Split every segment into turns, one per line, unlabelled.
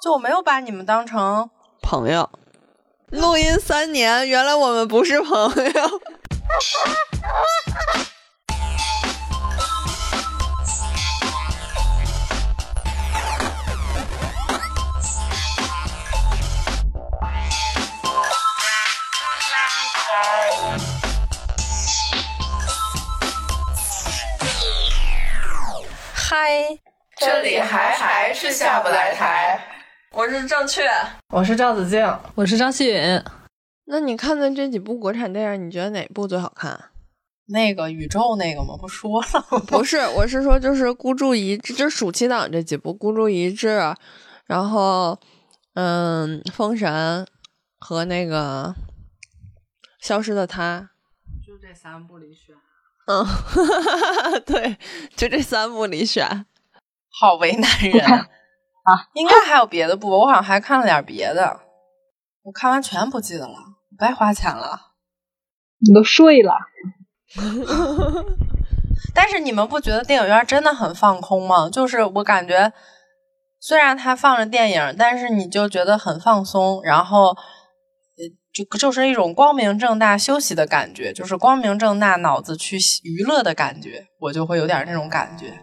就我没有把你们当成
朋友。录音三年，原来我们不是朋友。
嗨，
这里还还是下不来台。
我是正确，
我是赵子静，
我是张希允，
那你看的这几部国产电影，你觉得哪部最好看？
那个宇宙那个嘛，不说了。
不是，我是说，就是《孤注一掷》，就是暑期档这几部，《孤注一掷》，然后，嗯，《封神》和那个《消失的他》。
就这三部里选。
嗯， 对，就这三部里选。
好为难 人啊！应该还有别的部吧？我好像还看了点别的，我看完全不记得了，我白花钱了。
你都睡了，
但是你们不觉得电影院真的很放空吗？就是我感觉，虽然它放着电影，但是你就觉得很放松，然后呃就就是一种光明正大休息的感觉，就是光明正大脑子去娱乐的感觉，我就会有点那种感觉。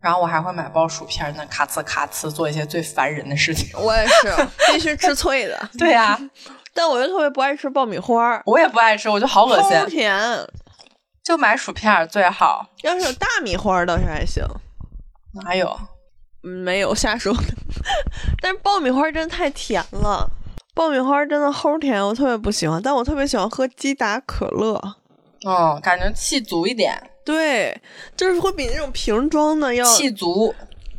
然后我还会买包薯片呢，咔呲咔呲做一些最烦人的事情。
我也是，必须吃脆的，
对呀、
但我又特别不爱吃爆米花儿，
我也不爱吃，我觉得好恶
齁
心，
甜。
就买薯片儿最好。
要是有大米花儿倒是还行，
哪有？
嗯没有瞎说的。 但是爆米花儿真的太甜了，爆米花儿真的齁甜，我特别不喜欢。但我特别喜欢喝鸡打可乐，
嗯，感觉气足一点，
对，就是会比那种瓶装的要
气足，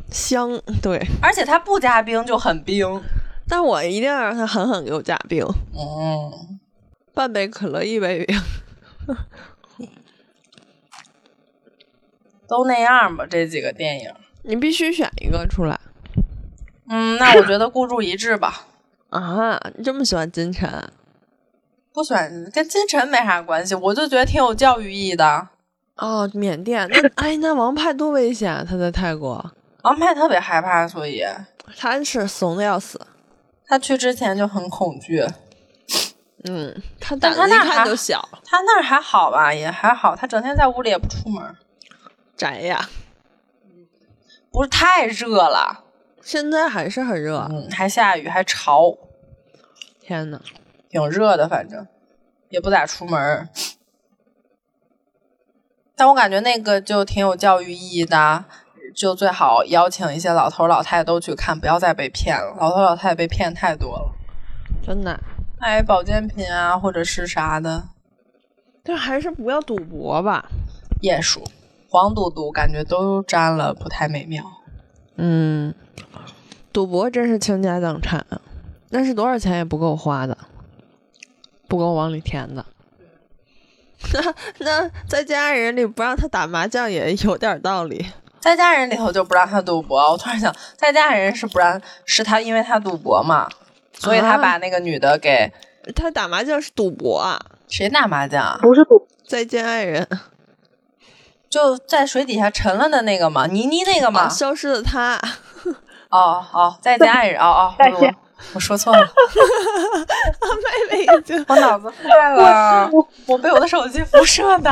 香。对，
而且它不加冰就很冰。
但我一定要让它狠狠给我加冰，
嗯，
半杯可乐一杯冰。
都那样吧，这几个电影。
你必须选一个出来
嗯，那我觉得孤注一掷吧，
啊！你这么喜欢金晨，
不选跟金晨没啥关系，我就觉得挺有教育意义的。
哦，缅甸那 哎，那王派多危险啊！他在泰国，
王派特别害怕，所以
他是怂的要死。
他去之前就很恐惧。
嗯，他
但
胆子
他
一
那
看
还
就 小，
他那儿还好吧，也还好，他整天在屋里也不出门，
宅呀。
不是太热了，
现在还是很热，啊
嗯，还下雨还潮，
天呐，
挺热的，反正也不咋出门儿。但我感觉那个就挺有教育意义的，就最好邀请一些老头老太太都去看，不要再被骗了。老头老太太被骗太多了，
真的。
卖保健品啊或者是啥的，
但还是不要赌博吧。
叶鼠、黄赌毒感觉都沾了，不太美妙。
嗯，赌博真是倾家荡产，啊但是多少钱也不够花的，不够往里填的。 那那在家人里不让他打麻将也有点道理。
在家人里头就不让他赌博，我突然想，在家人是不让，是他因为他赌博嘛，所以他
啊
把那个女的给、
他打麻将是赌博啊！
谁打麻将啊？
不是赌，
再见爱人，
就在水底下沉了的那个嘛，倪妮那个嘛
啊，。 消失的他，
哦哦，再见爱人，哦哦，
再
我
见
我说错了，
妹妹已经，
我脑子坏了，我被我的手机辐射的。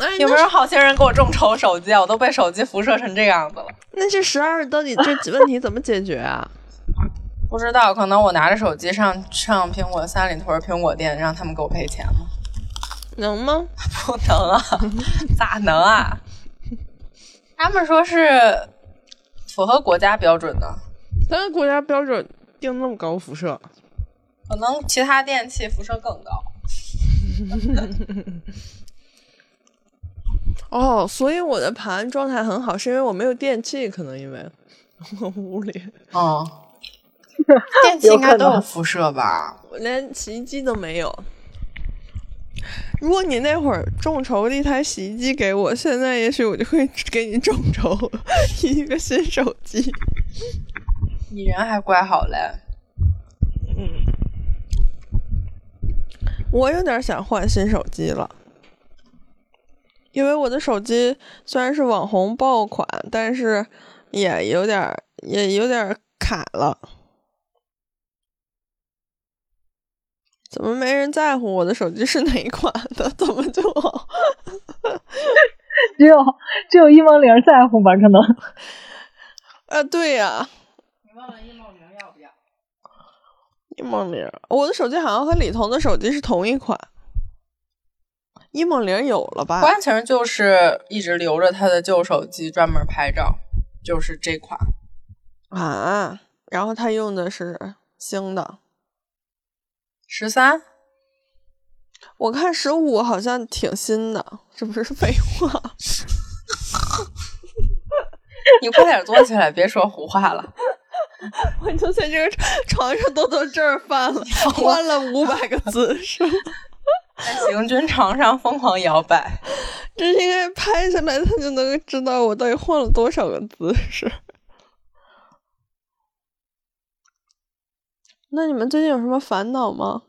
哎，
有没有
那是
人好心人给我众筹手机啊？我都被手机辐射成这样子了。
那这十二到底这问题怎么解决啊？
不知道，可能我拿着手机上上苹果三里屯苹果店，让他们给我赔钱吗？
能吗？
不能 啊，咋能啊？他们说是符合国家标准的，
咱们国家标准定那么高辐射，
可能其他电器辐射更高。
哦，所以我的盘状态很好，是因为我没有电器，可能因为我屋里
嗯， 电器应该都有辐射吧？
我连洗衣机都没有。如果你那会儿众筹了一台洗衣机给我，现在也许我就会给你众筹一个新手机。
你人还怪好嘞，
我有点想换新手机了，因为我的手机虽然是网红爆款，但是也有点儿也有点儿卡了。怎么没人在乎我的手机是哪一款的？ 怎么就
只有只有一梦玲在乎吧？可能
啊？对呀、
你问问易梦玲要不要？
一梦玲，我的手机好像和李彤的手机是同一款。一梦玲有了吧？
关晴就是一直留着他的旧手机专门拍照，就是这款。
啊，然后他用的是星的，
十三，
我看十五好像挺新的，这不是废话。
你快点坐起来，别说胡话 了。
我就在这个床上都到这儿翻了，换了五百个姿势，
在行军床上疯狂摇摆，
这应该拍下来，他就能知道我到底换了多少个姿势。 那你们最近有什么烦恼吗？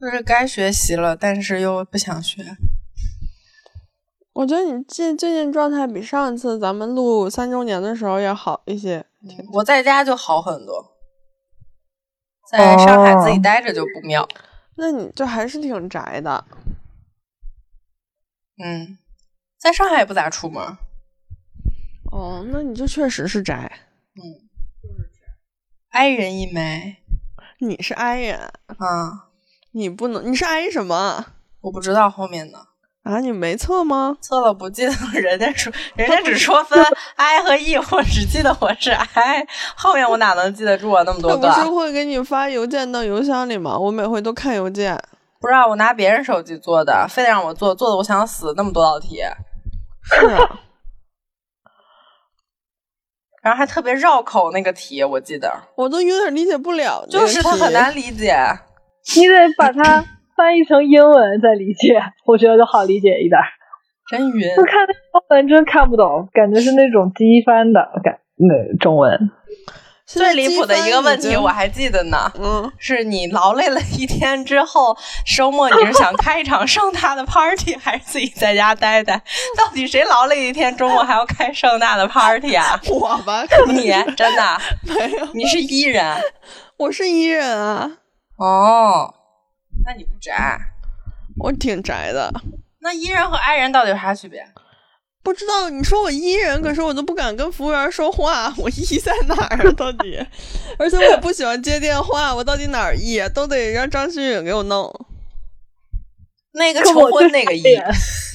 就是该学习了，但是又不想学。
我觉得你近最近状态比上一次咱们录三周年的时候要好一些。
我在家就好很多，在上海
哦
自己待着就不妙。
那你就还是挺宅的，
嗯，在上海也不咋出门。
哦，那你就确实是宅。
哀人一枚
你是 I 人，
啊，
你不能，你是 I 什么
我不知道后面呢，
啊？你没测吗？
测了不记得， 人家说人家只说分 i 和 e，我只记得我是 i，后面我哪能记得住啊那么
他
多
不
个？
是会给你发邮件到邮箱里吗？我每回都看邮件，
不知道我拿别人手机做的，非得让我做，做的我想死，那么多道题，
是啊，
然后还特别绕口那个题，我记得
我都有点理解不了。
就是它很难，理解。
你得把它翻译成英文再理解， 我觉得就好理解一点。
真晕，
就看那中文真看不懂，感觉是那种机翻的感，那中文。
最离谱的一个问题我
我
还记得呢，
嗯，
是你劳累了一天之后，周末你是想开一场盛大的 party，还 是自己在家待待？到底谁劳累一天，周末还要开盛大的 party 啊？
我 吧，可能
你真的，
没有，
你是伊人
我是 E 人啊，
哦？那你不宅？
我挺宅的。
那伊人和爱人到底有啥区别？
不知道你说我 E 人，可是我都不敢跟服务员说话， 我 E 在哪儿 啊？到底？而且我也不喜欢接电话， 我到底哪儿 E 啊？都得让张馨予给我弄。
那个
可
求
我
婚
就
那个
是
伊
爱人，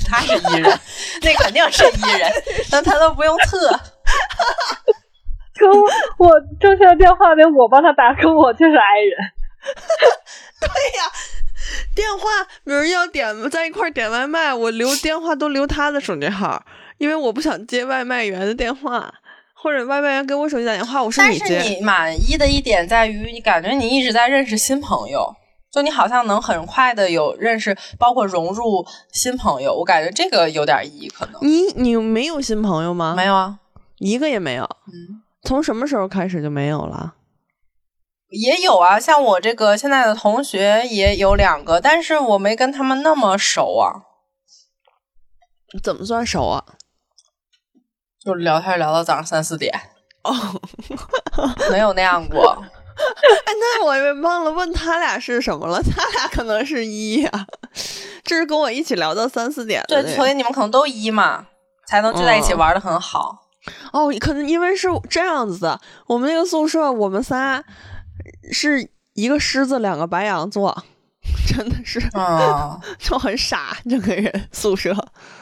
他是伊人，那肯定是伊人，那他都不用测。
可我我正确的电话得我帮他打，可我却是 i 人。
电话，比如要点在一块儿点外卖，我留电话都留他的手机号，因为我不想接外卖员的电话，或者外卖员给我手机打电话，我说
但
你
是
接。
你满意的一点在于，你感觉你一直在认识新朋友，就你好像能很快的有认识，包括融入新朋友。我感觉这个有点意义，可能、
你你没有新朋友吗？
没，有啊，
一个也没有。
嗯，
从什么时候开始就没有了？
也有啊。像我这个现在的同学也有两个，但是我没跟他们那么熟啊，
怎么算熟啊？
就聊天聊到早上三四点，
哦，
没有那样 过。
哎，那我忘了问他俩是什么了，他俩可能是一呀、 这是跟我一起聊到三四点的
对，
那个。
所以你们可能都一嘛，才能聚在一起
嗯
玩的很好。
哦，可能因为是这样子的，我们那个宿舍我们仨是一个狮子，两个白羊座， 真的是
嗯，
就很傻，整个人宿舍，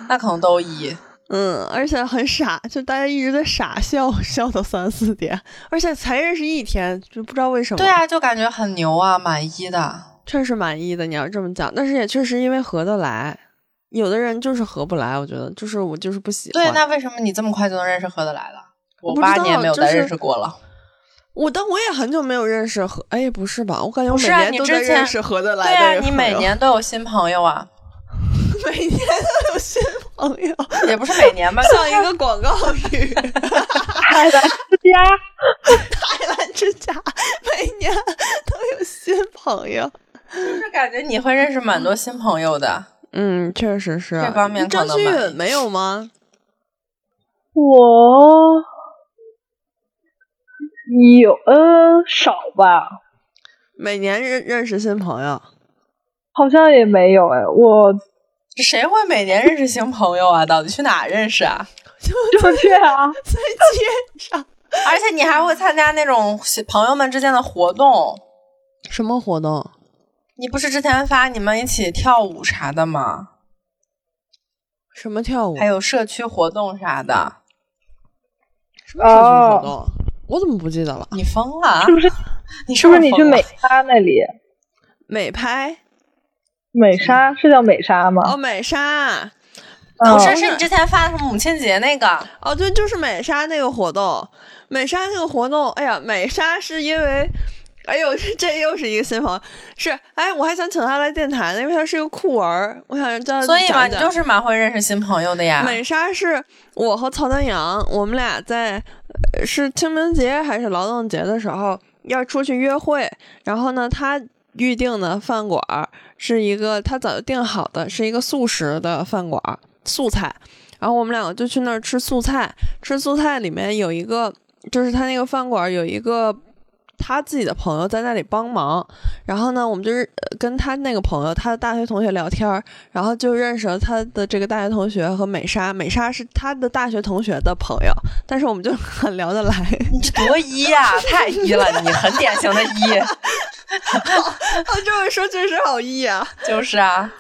那可能都一。
嗯，而且很傻，就大家一直在傻笑，笑到三四点，而且才认识一天，就不知道为什么。
对，啊，就感觉很牛啊，满意的。
确实满意的，你要这么讲，但是也确实因为合得来。有的人就是合不来，我觉得就是我就是不喜欢。
对，那为什么你这么快就能认识合得来了？
我
我
不
八
知道
年没有
就
再
是
认识过了。
我但我也很久没有认识合，哎，不是吧？我感觉我每
是啊
年
你
都
之
在
前
认识合得
对
来的
啊，
人
你每
朋友
年都有新朋友啊，
每年都有新朋 友，，
也不是每 年吧
像一个广告语，
爱的之家，
爱兰之家每年都有新朋友。
就是感觉你会认识蛮多新朋友的。
嗯，确实是
这方面可
张
能
馨
吧
予没有吗？
我有呃少吧，
每年认认识新朋友，
好像也没有哎，我
谁会每年认识新朋友啊？到底去哪儿认识啊？
就是这样，
在街上
而且你还会参加那种朋友们之间的活动。
什么活动？
你不是之前发你们一起跳舞啥的吗？
什么跳舞？
还有社区活动啥的，
什么社区活动？啊我怎么不记得了？
你疯了？啊
是不是？
你
是
是
不是你去
疯了
美莎那里？
美拍
美莎是叫美莎吗？
哦，美莎
嗯
不是，是你之前发的什么母亲节那个？
哦，对，就是美莎那个活动，美莎那个活动，哎呀，美莎是因为，哎呦，这又是一个新朋友，是，哎，我还想请她来电台呢，因为她是个酷儿，我想叫她
所以嘛，
讲
你
讲
就是蛮会认识新朋友的呀。
美莎是我和曹丹阳，我们俩在呃是清明节还是劳动节的时候要出去约会，然后呢，他预定的饭馆儿是一个他早就订好的，是一个素食的饭馆儿，素菜。然后我们两个就去那儿吃素菜，吃素菜里面有一个，就是他那个饭馆儿有一个他自己的朋友在那里帮忙，然后呢，我们就是呃跟他那个朋友，他的大学同学聊天儿，然后就认识了他的这个大学同学和美莎，美莎是他的大学同学的朋友，但是我们就 很聊得来。
你这多一呀、太一了，你很典型的一，
哦，这么说确实好意啊。
就是啊。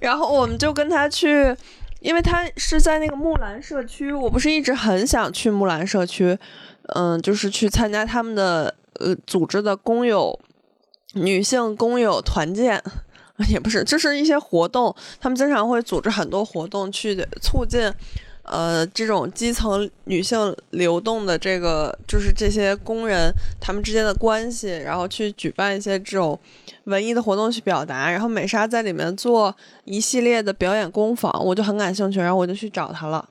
然后我们就跟他去，因为他是在那个木兰社区，我不是一直很想去木兰社区，嗯，就是去参加他们的呃组织的工友女性工友团建。 也不是，就是一些活动，他们经常会组织很多活动去促进，呃，这种基层女性流动的这个，就是这些工人他们之间的关系，然后去举办一些这种文艺的活动去表达。然后美莎在里面做一系列的表演工坊，我就很感兴趣，然后我就去找她了。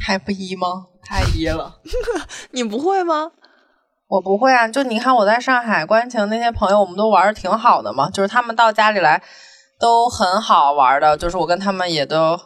还不一吗？太一了！
你不会吗？
我不会啊，就你看我在上海关晴那些朋友，我们都玩的挺好的嘛，就是他们到家里来都很好玩的，就是我跟他们也都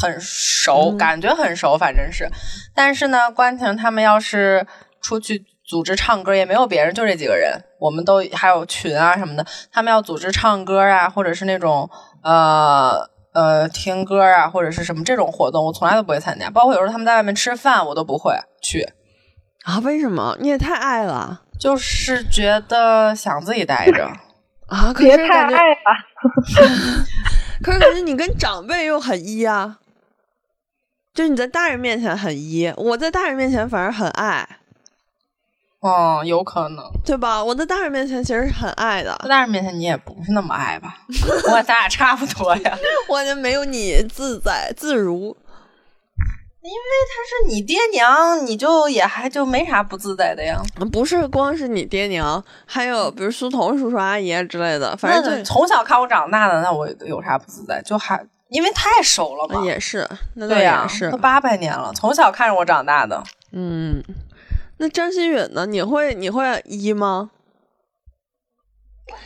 很熟，
嗯
感觉很熟，反正是。但是呢，关晴他们要是出去组织唱歌，也没有别人，就这几个人，我们都还有群啊什么的，他们要组织唱歌啊，或者是那种呃呃听歌啊，或者是什么这种活动，我从来都不会参加，包括有时候他们在外面吃饭，我都不会去。
啊，为什么？你也太爱了
就是觉得想自己待 着，
啊！可
别
是
太
感觉，
爱了，
可是感觉你跟长辈又很一啊，就是你在大人面前很一，我在大人面前反而很爱。
嗯，有可能。
对吧？我在大人面前其实是很爱的，
在大人面前你也不是那么爱 吧？我跟咱俩差不多 呀。
我感觉没有你自在自如。
但是你爹娘，你就也还就没啥不自在的呀。
不是光是你爹娘，还有比如苏童叔叔阿姨啊之类的，反
那
正就
从小看我长大的，那我有啥不自在？就还因为太熟了嘛。
也是，那倒
对哎呀、
也是
都，八百年了，从小看着我长大的。
嗯。那张馨予呢？你会你会一吗？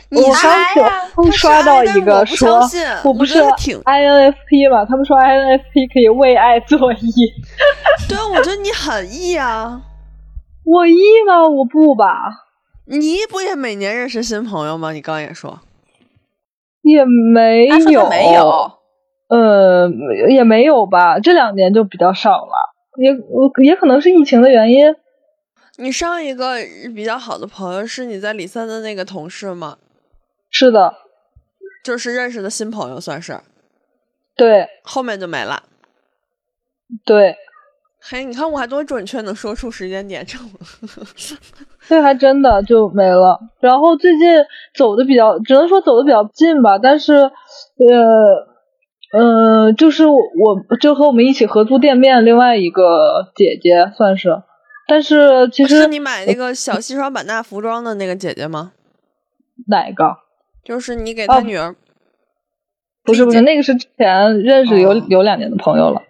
你
我
是
刚
爱呀
我
他是
刷到
爱但
一
是
个
我不
说
相信，
我不
觉
是
得他挺
INFP 嘛，他们说 INFP 可以为爱作揖，
对啊，我觉得你很异啊。
我 E 吗？我不吧，
你不也每年认识新朋友吗？你刚也说，
也没
他说
有，
他没有，
呃，也没有吧，这两年就比较少了，也我也可能是疫情的原因。
你上一个比较好的朋友是你在李三的那个同事吗？
是的，
就是认识的新朋友，算是
对
后面就没了。
对，
嘿，你看我还多准确，能说出时间点，这我
这还真的就没了。然后最近走的比较，只能说走的比较近吧，但是，呃，呃，就是我我就和我们一起合租店面另外一个姐姐算是，但是其 实
是你买那个小西双版纳服装的那个姐姐吗？
哪个？
就是你给她
哦
女儿，
不是不是，
理解
那个是之前认识有、
哦
有两年的朋友了。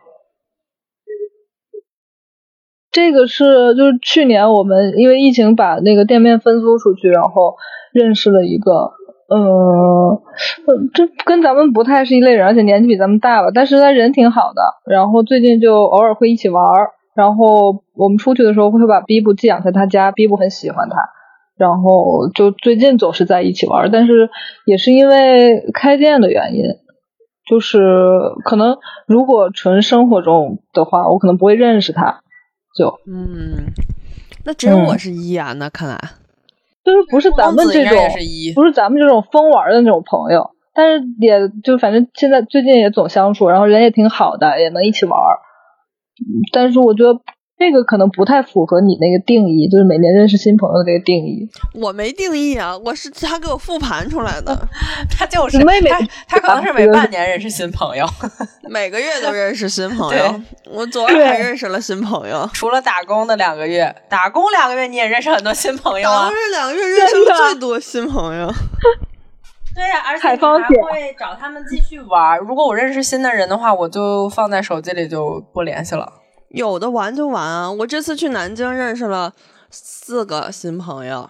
这个是就是去年我们因为疫情把那个店面分租出去，然后认识了一个呃，这跟咱们不太是一类人，而且年纪比咱们大吧，但是他人挺好的。然后最近就偶尔会一起玩儿，然后我们出去的时候会把比布寄养在他家，比布很喜欢他。然后就最近总是在一起玩儿，但是也是因为开店的原因，就是可能如果纯生活中的话，我可能不会认识他，就
嗯，那只有
嗯
我是一啊，那看来
就是不是咱
公
们
子
这
应该
种
也是一，
不是咱们这种疯玩的那种朋友，但是也就反正现在最近也总相处，然后人也挺好的，也能一起玩儿。嗯但是我觉得这个可能不太符合你那个定义，就是每年认识新朋友的这个定义。
我没定义啊，我是他给我复盘出来 的，
他就是
妹妹
他他可能是每
啊
半年认识新朋友，
每个月都认识新朋友
对，
我昨儿还
对
认识了新朋友。
除了打工的两个月，打工两个月你也认识很多新朋友
打
啊
工。这两个月认识
真的
了最多新朋友，
对呀、而且
海
你
芳
还
姐
会找他们继续玩儿。如果我认识新的人的话，我就放在手机里就不联系了。
有的玩就玩啊！我这次去南京认识了四个新朋友，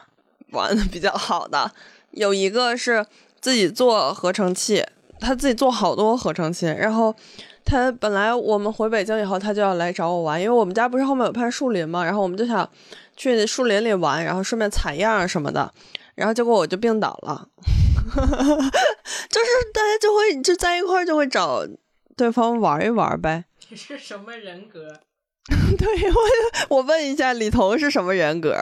玩的比较好的有一个是自己做合成器，他自己做好多合成器，然后。他本来我们回北京以后，他就要来找我玩，因为我们家不是后面有片树林嘛，然后我们就想去树林里玩，然后顺便采样儿什么的，然后结果我就病倒了， 就是大家就会就在一块儿就会找对方玩一玩呗，
这 是什么人格？
对我，我问一下李彤是什么人格？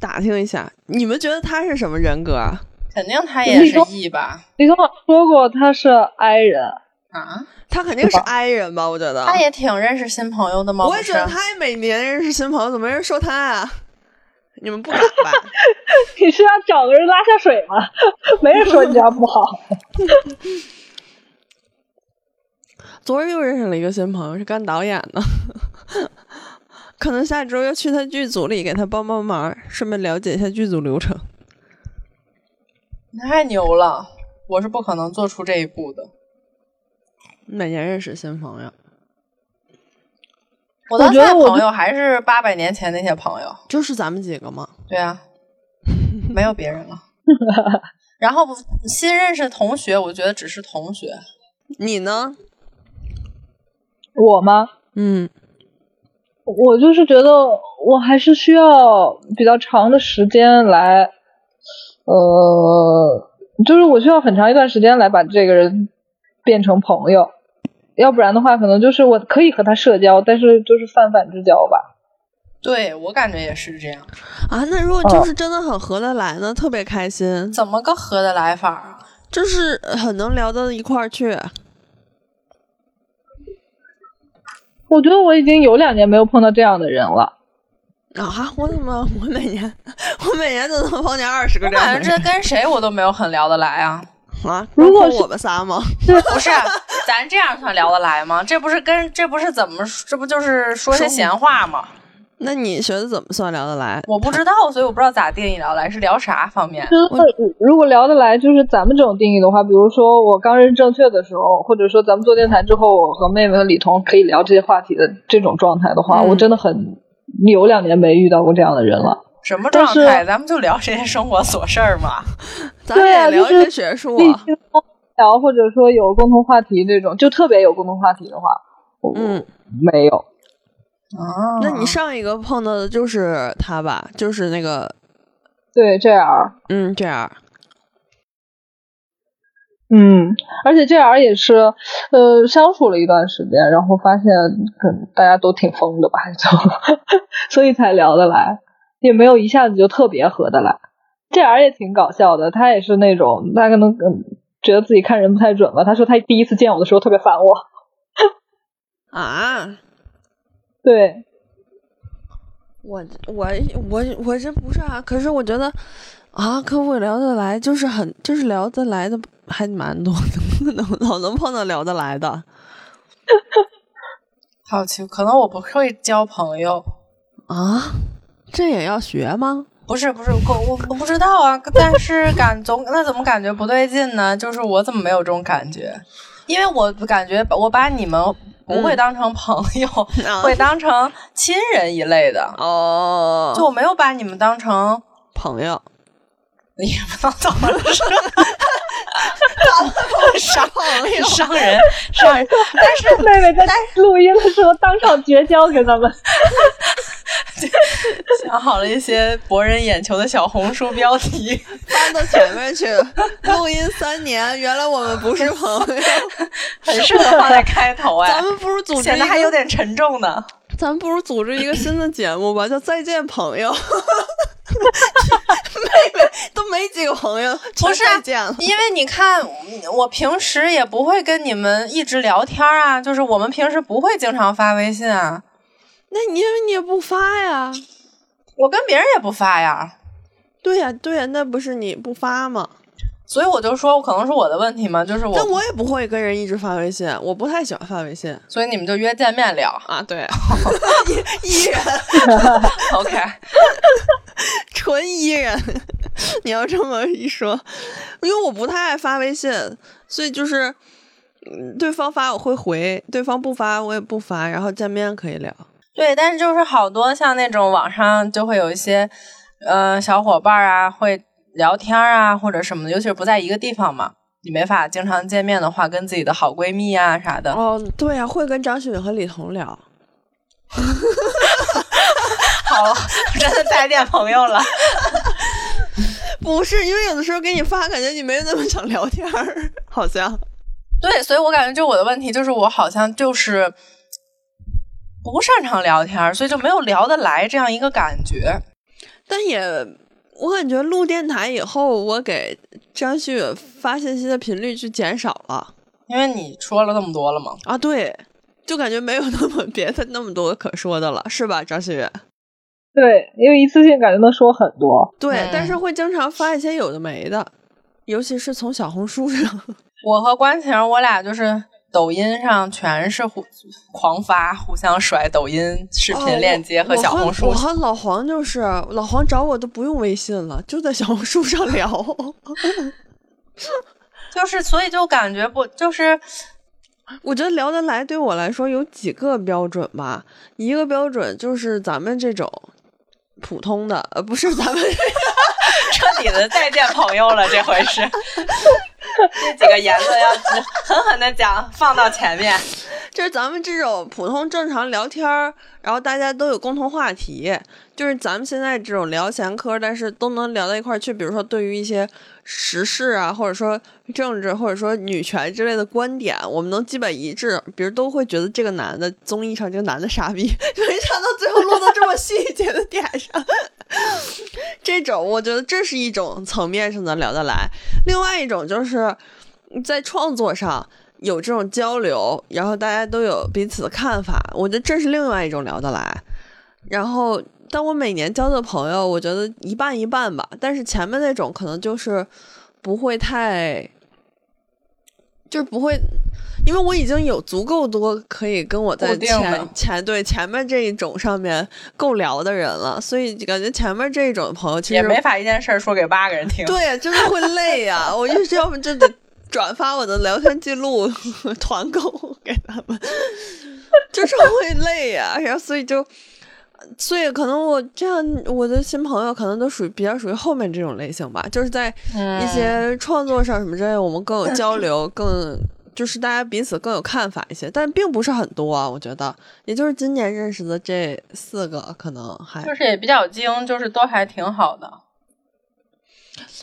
打听一下，你们觉得他是什么人格啊？
肯定他也是 E 吧？
李彤老师说过他是 I 人，
啊，
他肯定是 I 人吧？我觉得，
他也挺认识新朋友的嘛。
我也
不
觉
是
得他也每年认识新朋友，怎么没人说他啊？你们不敢吧？
你是要找个人拉下水吗？ 没人说你这样不好。
昨儿又认识了一个新朋友，是干导演的， 可能下周要去他剧组里给他帮帮忙，顺便了解一下剧组流程。
太牛了，我是不可能做出这一步的。
每年认识新朋友，
我
觉
当
得
现在
我
朋友还是八百年前那些朋友。
就是咱们几个吗？
对 啊，没有别人了。然后新认识同学，我觉得只是同学。
你呢？
我吗？
嗯，
我就是觉得我还是需要比较长的时间来，呃，就是我需要很长一段时间来把这个人变成朋友，要不然的话，可能就是我可以和他社交，但是就是泛泛之交吧。
对我感觉也是这样，
啊，那如果
哦
就是真的很合得来呢，特别开心，
怎么个合得来法儿啊？
就是很能聊到一块儿去。啊
我觉得我已经有两年没有碰到这样的人了，
啊，我怎么我每年我每年都能碰见二十个
我
这样的
感觉
人
这跟谁我都没有很聊得来 啊。
啊？
如果
包括
是
我们仨吗？
不是，啊咱这样算聊得来吗？这不是跟这不是怎么说这不就是说些闲话吗？
那你觉得怎么算聊得来？
我不知道，所以我不知道咋定义聊得来是聊啥方 面。
就是嗯如果聊得来，就是咱们这种定义的话，比如说我刚认识正确的时候，或者说咱们做电台之后，我和妹妹和李彤可以聊这些话题的这种状态的话，
嗯
我真的很有两年没遇到过这样的人了。
什么状
但
态？
是
咱们就聊这些生活琐事儿嘛。
咱
对啊
也聊一
就
些
是
学术
可以
啊，
轻松聊，或者说有共同话题这种，就特别有共同话题的话，我
嗯，
没有。哦
啊
那你上一个碰到的就是他吧？就是那个，
对这 r
嗯，这样
嗯，而且这 r 也是，呃，相处了一段时间，然后发现跟大家都挺疯的吧，就， 所以才聊得来，也没有一下子就特别合得来。这 r 也挺搞笑的，他也是那种，他可能嗯觉得自己看人不太准吧。他说他第一次见我的时候特别烦我，
啊，
对，
我我我我这不是啊，可是我觉得啊，可我聊得来，就是很就是聊得来的还蛮多的， 能老能碰到聊得来的。
好奇，可能我不会交朋友。
啊，这也要学吗？
不是不是，我我我不知道啊，但是感总那怎么感觉不对劲呢？就是我怎么没有这种感觉？因为我感觉我把你们不
嗯
会当成朋友，
啊
会当成亲人一类的，
哦，
就我没有把你们当成
朋友，
也不能这么说，伤伤人伤人，但是
妹妹在录音的时候当场绝交给咱们。
想好了一些博人眼球的小红书标题，
翻到前面去，录音三年，原来我们不是朋友。
很适合放在开头哎
咱，们不如组织
显
一个
得还有点沉重呢。
咱们不如组织一个新的节目吧，叫《再见朋友》。
啊
妹妹都没几个朋友，全
不是
再见了。
因为你看，嗯我平时也不会跟你们一直聊天啊，就是我们平时不会经常发微信啊，
那你因为你也不发呀？
我跟别人也不发呀，
对呀、对呀、那不是你不发吗？
所以我就说，可能是我的问题嘛，就是
但
我，
我也不会跟人一直发微信，我不太喜欢发微信
所以你们就约见面 聊
啊。 对，一一人
，OK？
纯一人， 你要这么一说，因为我不太爱发微信，所以就是，嗯对方发我会回，对方不发我也不发，然后见面可以聊。
对，但是就是好多像那种网上就会有一些，呃，小伙伴啊会聊天啊或者什么的，尤其是不在一个地方嘛，你没法经常见面的话，跟自己的好闺蜜啊啥 的，
哦，对呀、会跟张雪和李彤聊。
好了，真的再见朋友了。
不是，因为有的时候给你发，感觉你没那么想聊天儿，好像。
对，所以我感觉就我的问题就是我好像就是不擅长聊天儿，所以就没有聊得来这样一个感觉。
但也，我感觉录电台以后，我给张旭发信息的频率就减少了
因为你说了那么多了嘛，
啊。对，就感觉没有那么别的那么多可说的了，是吧，张旭？
对，因为一次性感觉能说很多。
对，
嗯
但是会经常发一些有的没的，尤其是从小红书上。
我和关晴儿我俩就是抖音上全是互狂发，互相甩抖音视
哦
频链接
我
和小红书
我。和我和老黄就是，老黄找我都不用微信了，就在小红书上聊。
就是所以就感觉不就是
我觉得聊得来对我来说有几个标准吧，一个标准就是咱们这种普通的，呃，不是咱们
彻底的再见朋友了，这回 是。这几个言论要狠狠的讲，放到前面。
就是咱们这种普通正常聊天儿，然后大家都有共同话题，就是咱们现在这种聊闲嗑儿，但是都能聊到一块儿去。比如说对于一些时事啊，或者说政治，或者说女权之类的观点，我们能基本一致。比如都会觉得这个男的综艺上这个男的傻逼， 没想到最后落到这么细节的点上。这种我觉得这是一种层面上能聊得来，另外一种就是在创作上有这种交流，然后大家都有彼此的看法，我觉得这是另外一种聊得来。然后，但我每年交的朋友，我觉得一半一半吧，但是前面那种可能就是不会太。就是不会，因为我已经有足够多可以跟我在
固定的
前前对前面这一种上面够聊的人了，所以感觉前面这一种朋友其实
也没法一件事儿说给八个人听。
对，真的会累呀、我就是要么就得转发我的聊天记录，团购给他们，就是会累呀、然后所以就，所以可能我这样我的新朋友可能都属于比较属于后面这种类型吧，就是在
嗯
一些创作上什么之类，我们更有交流，更。就是大家彼此更有看法一些，但并不是很多啊，我觉得，也就是今年认识的这四个，可能还
就是也比较精，就是都还挺好的。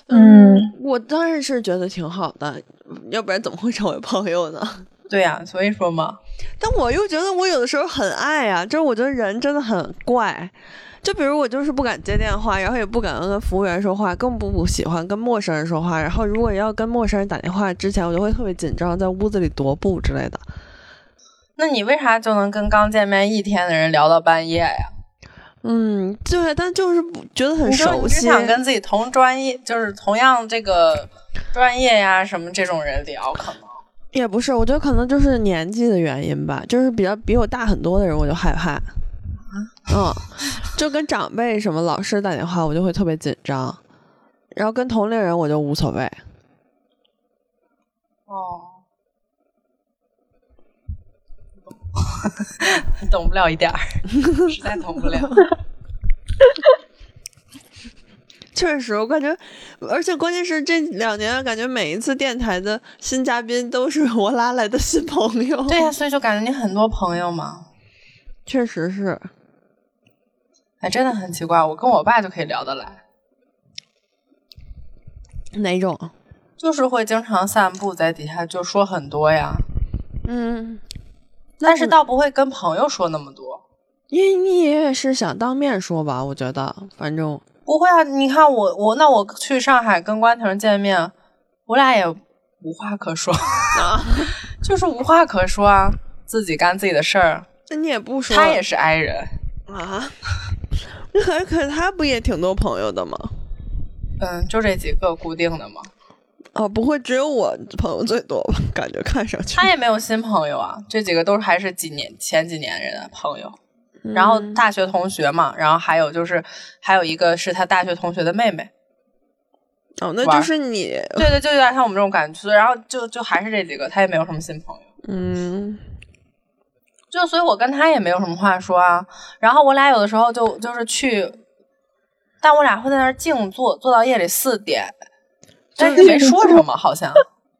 嗯，
我当然是觉得挺好的，要不然怎么会成为朋友呢？
对呀、所以说嘛，
但我又觉得我有的时候很爱啊，就是我觉得人真的很怪。就比如我就是不敢接电话，然后也不敢跟服务员说话，更不不喜欢跟陌生人说话。然后如果要跟陌生人打电话之前，我就会特别紧张，在屋子里踱步之类的。
那你为啥就能跟刚见面一天的人聊到半夜呀？
嗯，对，但就是不觉得很
你就
熟
你只
悉。
想跟自己同专业，就是同样这个专业呀什么这种人聊，可能
也不是，我觉得可能就是年纪的原因吧，就是比较比我大很多的人，我就害怕。
啊
嗯，就跟长辈什么老师打电话，我就会特别紧张，然后跟同龄人我就无所谓。
哦，懂 不了一点儿，实在懂不了。
其确实，我感觉，而且关键是这两年，感觉每一次电台的新嘉宾都是我拉来的新朋友。
对呀、所以就感觉你很多朋友嘛，
确实是。
哎，真的很奇怪。我跟我爸就可以聊得来，
哪种？
就是会经常散步，在底下就说很多呀，
嗯，
但是倒不会跟朋友说那么多。
因为你也是想当面说吧？我觉得，反正
不会啊，你看我我那我去上海跟关婷见面，我俩也无话可说， 就是无话可说啊，自己干自己的事儿。
那你也不说，
他也是 i 人，
啊。 可是可是他不也挺多朋友的吗？
嗯，就这几个固定的嘛。
哦，不会只有我朋友最多吧？感觉看上去。
他也没有新朋友啊，这几个都是还是几年前几年人的朋友，然后
嗯
大学同学嘛，然后还有就是还有一个是他大学同学的妹妹，
哦，
玩
那就
儿
是你，
对对，就有点像我们这种感觉，然后就就还是这几个，他也没有什么新朋友，
嗯，
就所以我跟他也没有什么话说啊，然后我俩有的时候就就是去，但我俩会在那儿静坐，坐到夜里四点，但是没说什么，好像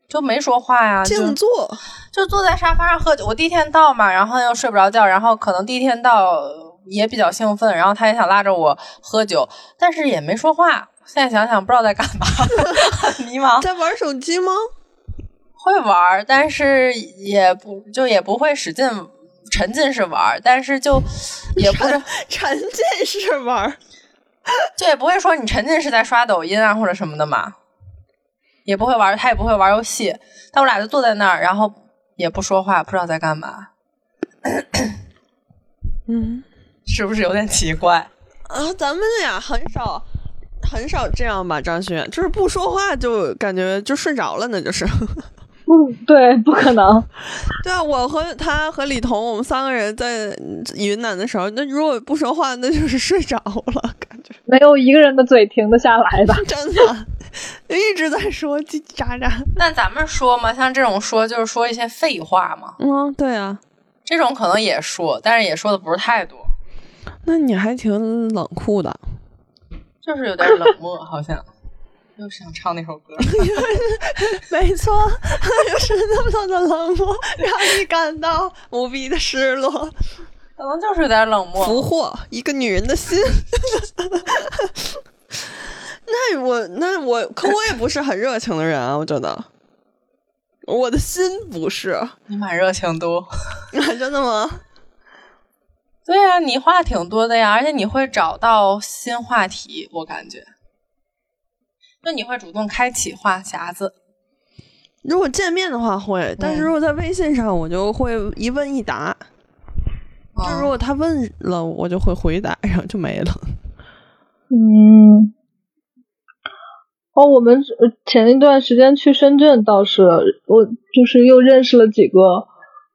就没说话呀，就
静坐，
就坐在沙发上喝酒。我第一天到嘛，然后又睡不着觉，然后可能第一天到也比较兴奋，然后他也想拉着我喝酒，但是也没说话。现在想想不知道在干嘛， 很迷茫。
在玩手机吗？
会玩儿，但是也不就也不会使劲沉浸式玩儿，但是就也不是
沉浸式玩儿，
就也不会说你沉浸式在刷抖音啊或者什么的嘛，也不会玩儿，他也不会玩儿游戏。但我俩就坐在那儿，然后也不说话，不知道在干嘛，
嗯
是不是有点奇怪？
啊，咱们俩很少很少这样吧，张勋，就是不说话就感觉就睡着了，那就是。
不，嗯对，不可能。
对啊，我和他和李彤，我们三个人在云南的时候，那如果不说话，那就是睡着了，感觉
没有一个人的嘴停得下来的。
真的一直在说叽叽喳喳。
那咱们说嘛，像这种说就是说一些废话嘛，
嗯，对啊，
这种可能也说，但是也说的不是太多，
那你还挺冷酷的。
就是有点冷漠， 好像又想唱那首歌。
没错， 就是那么的冷漠，让你感到无比的失落。
可能就是有点冷漠。
俘获一个女人的心。 那我那我，可我也不是很热情的人啊，我觉得，我的心不是，
你蛮热情多。
真的吗？
对啊，你话挺多的呀，而且你会找到新话题，我感觉。就你会主动开启话匣子，
如果见面的话会，但是如果在微信上，我就会一问一答。就如
嗯、
果他问了，我就会回答，然后就没了。
嗯，哦，我们呃前一段时间去深圳，倒是我就是又认识了几个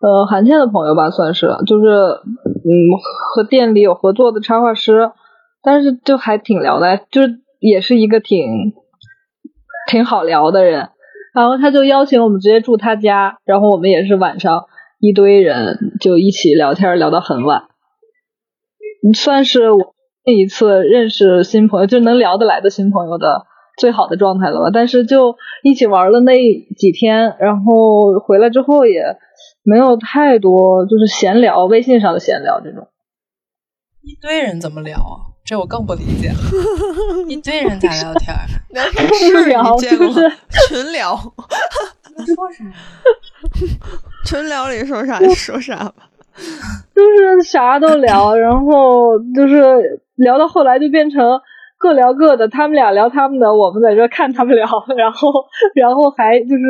呃韩倩的朋友吧，算是就是嗯和店里有合作的插画师，但是就还挺聊的，就是也是一个挺挺好聊的人。然后他就邀请我们直接住他家，然后我们也是晚上一堆人就一起聊天，聊到很晚，嗯算是我那一次认识新朋友，就能聊得来的新朋友的最好的状态了吧。但是就一起玩了那几天，然后回来之后也没有太多就是闲聊，微信上的闲聊这种。
一堆人怎么聊啊？这我更不理解了。 一堆人咋聊 天儿？
是
聊
你见过
就是
群聊？
说啥？
群聊里说 啥说啥吧。
就是啥都聊，然后就是聊到后来就变成各聊各的，他们俩聊他们的，我们在这看他们聊，然后然后还就是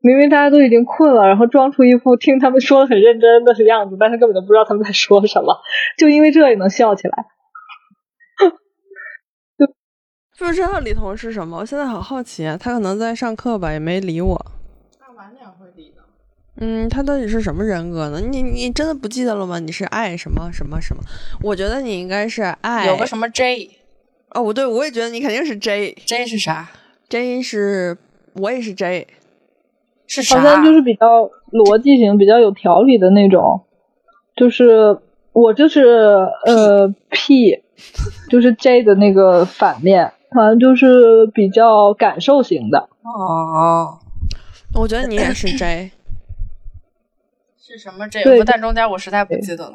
明明大家都已经困了，然后装出一副听他们说的很认真的样子，但是根本就不知道他们在说什么，就因为这也能笑起来。
不知道李彤是什么，我现在好好奇啊，他可能在上课吧，也没理我。
那晚点会理的。
嗯，他到底是什么人格呢？你你真的不记得了吗？你是爱什么什么什么？我觉得你应该是爱
有个什么 J，J
哦，不对，我也觉得你肯定是 J，J
是啥？
是我也是 J，
是啥？
好像就是比较逻辑型、比较有条理的那种，就是我就是呃 P，就是 J 的那个反面，好像就是比较感受型的。
哦，
我觉得你也 是 J，
是什么这
对
个？但中间我实在不记得了，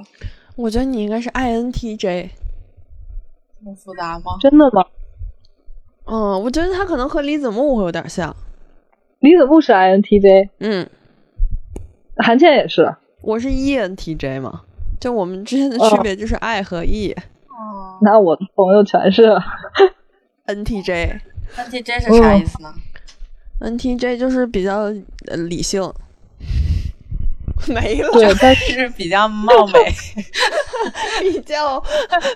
我觉得你应该是 INTJ。
这么复杂吗？
真的吗？
嗯，我觉得他可能和李子木会有点像。
李子木是 INTJ，
嗯，
韩倩也是。
我是 E ENTJ 嘛，就我们之间的区别就是 I 和 E，NTJ。
哦
那我的朋友全是
，NTJ 是
嗯
啥意思呢？
NTJ 就是比较呃理性， 没了，
对，但是
是比较貌美，
比较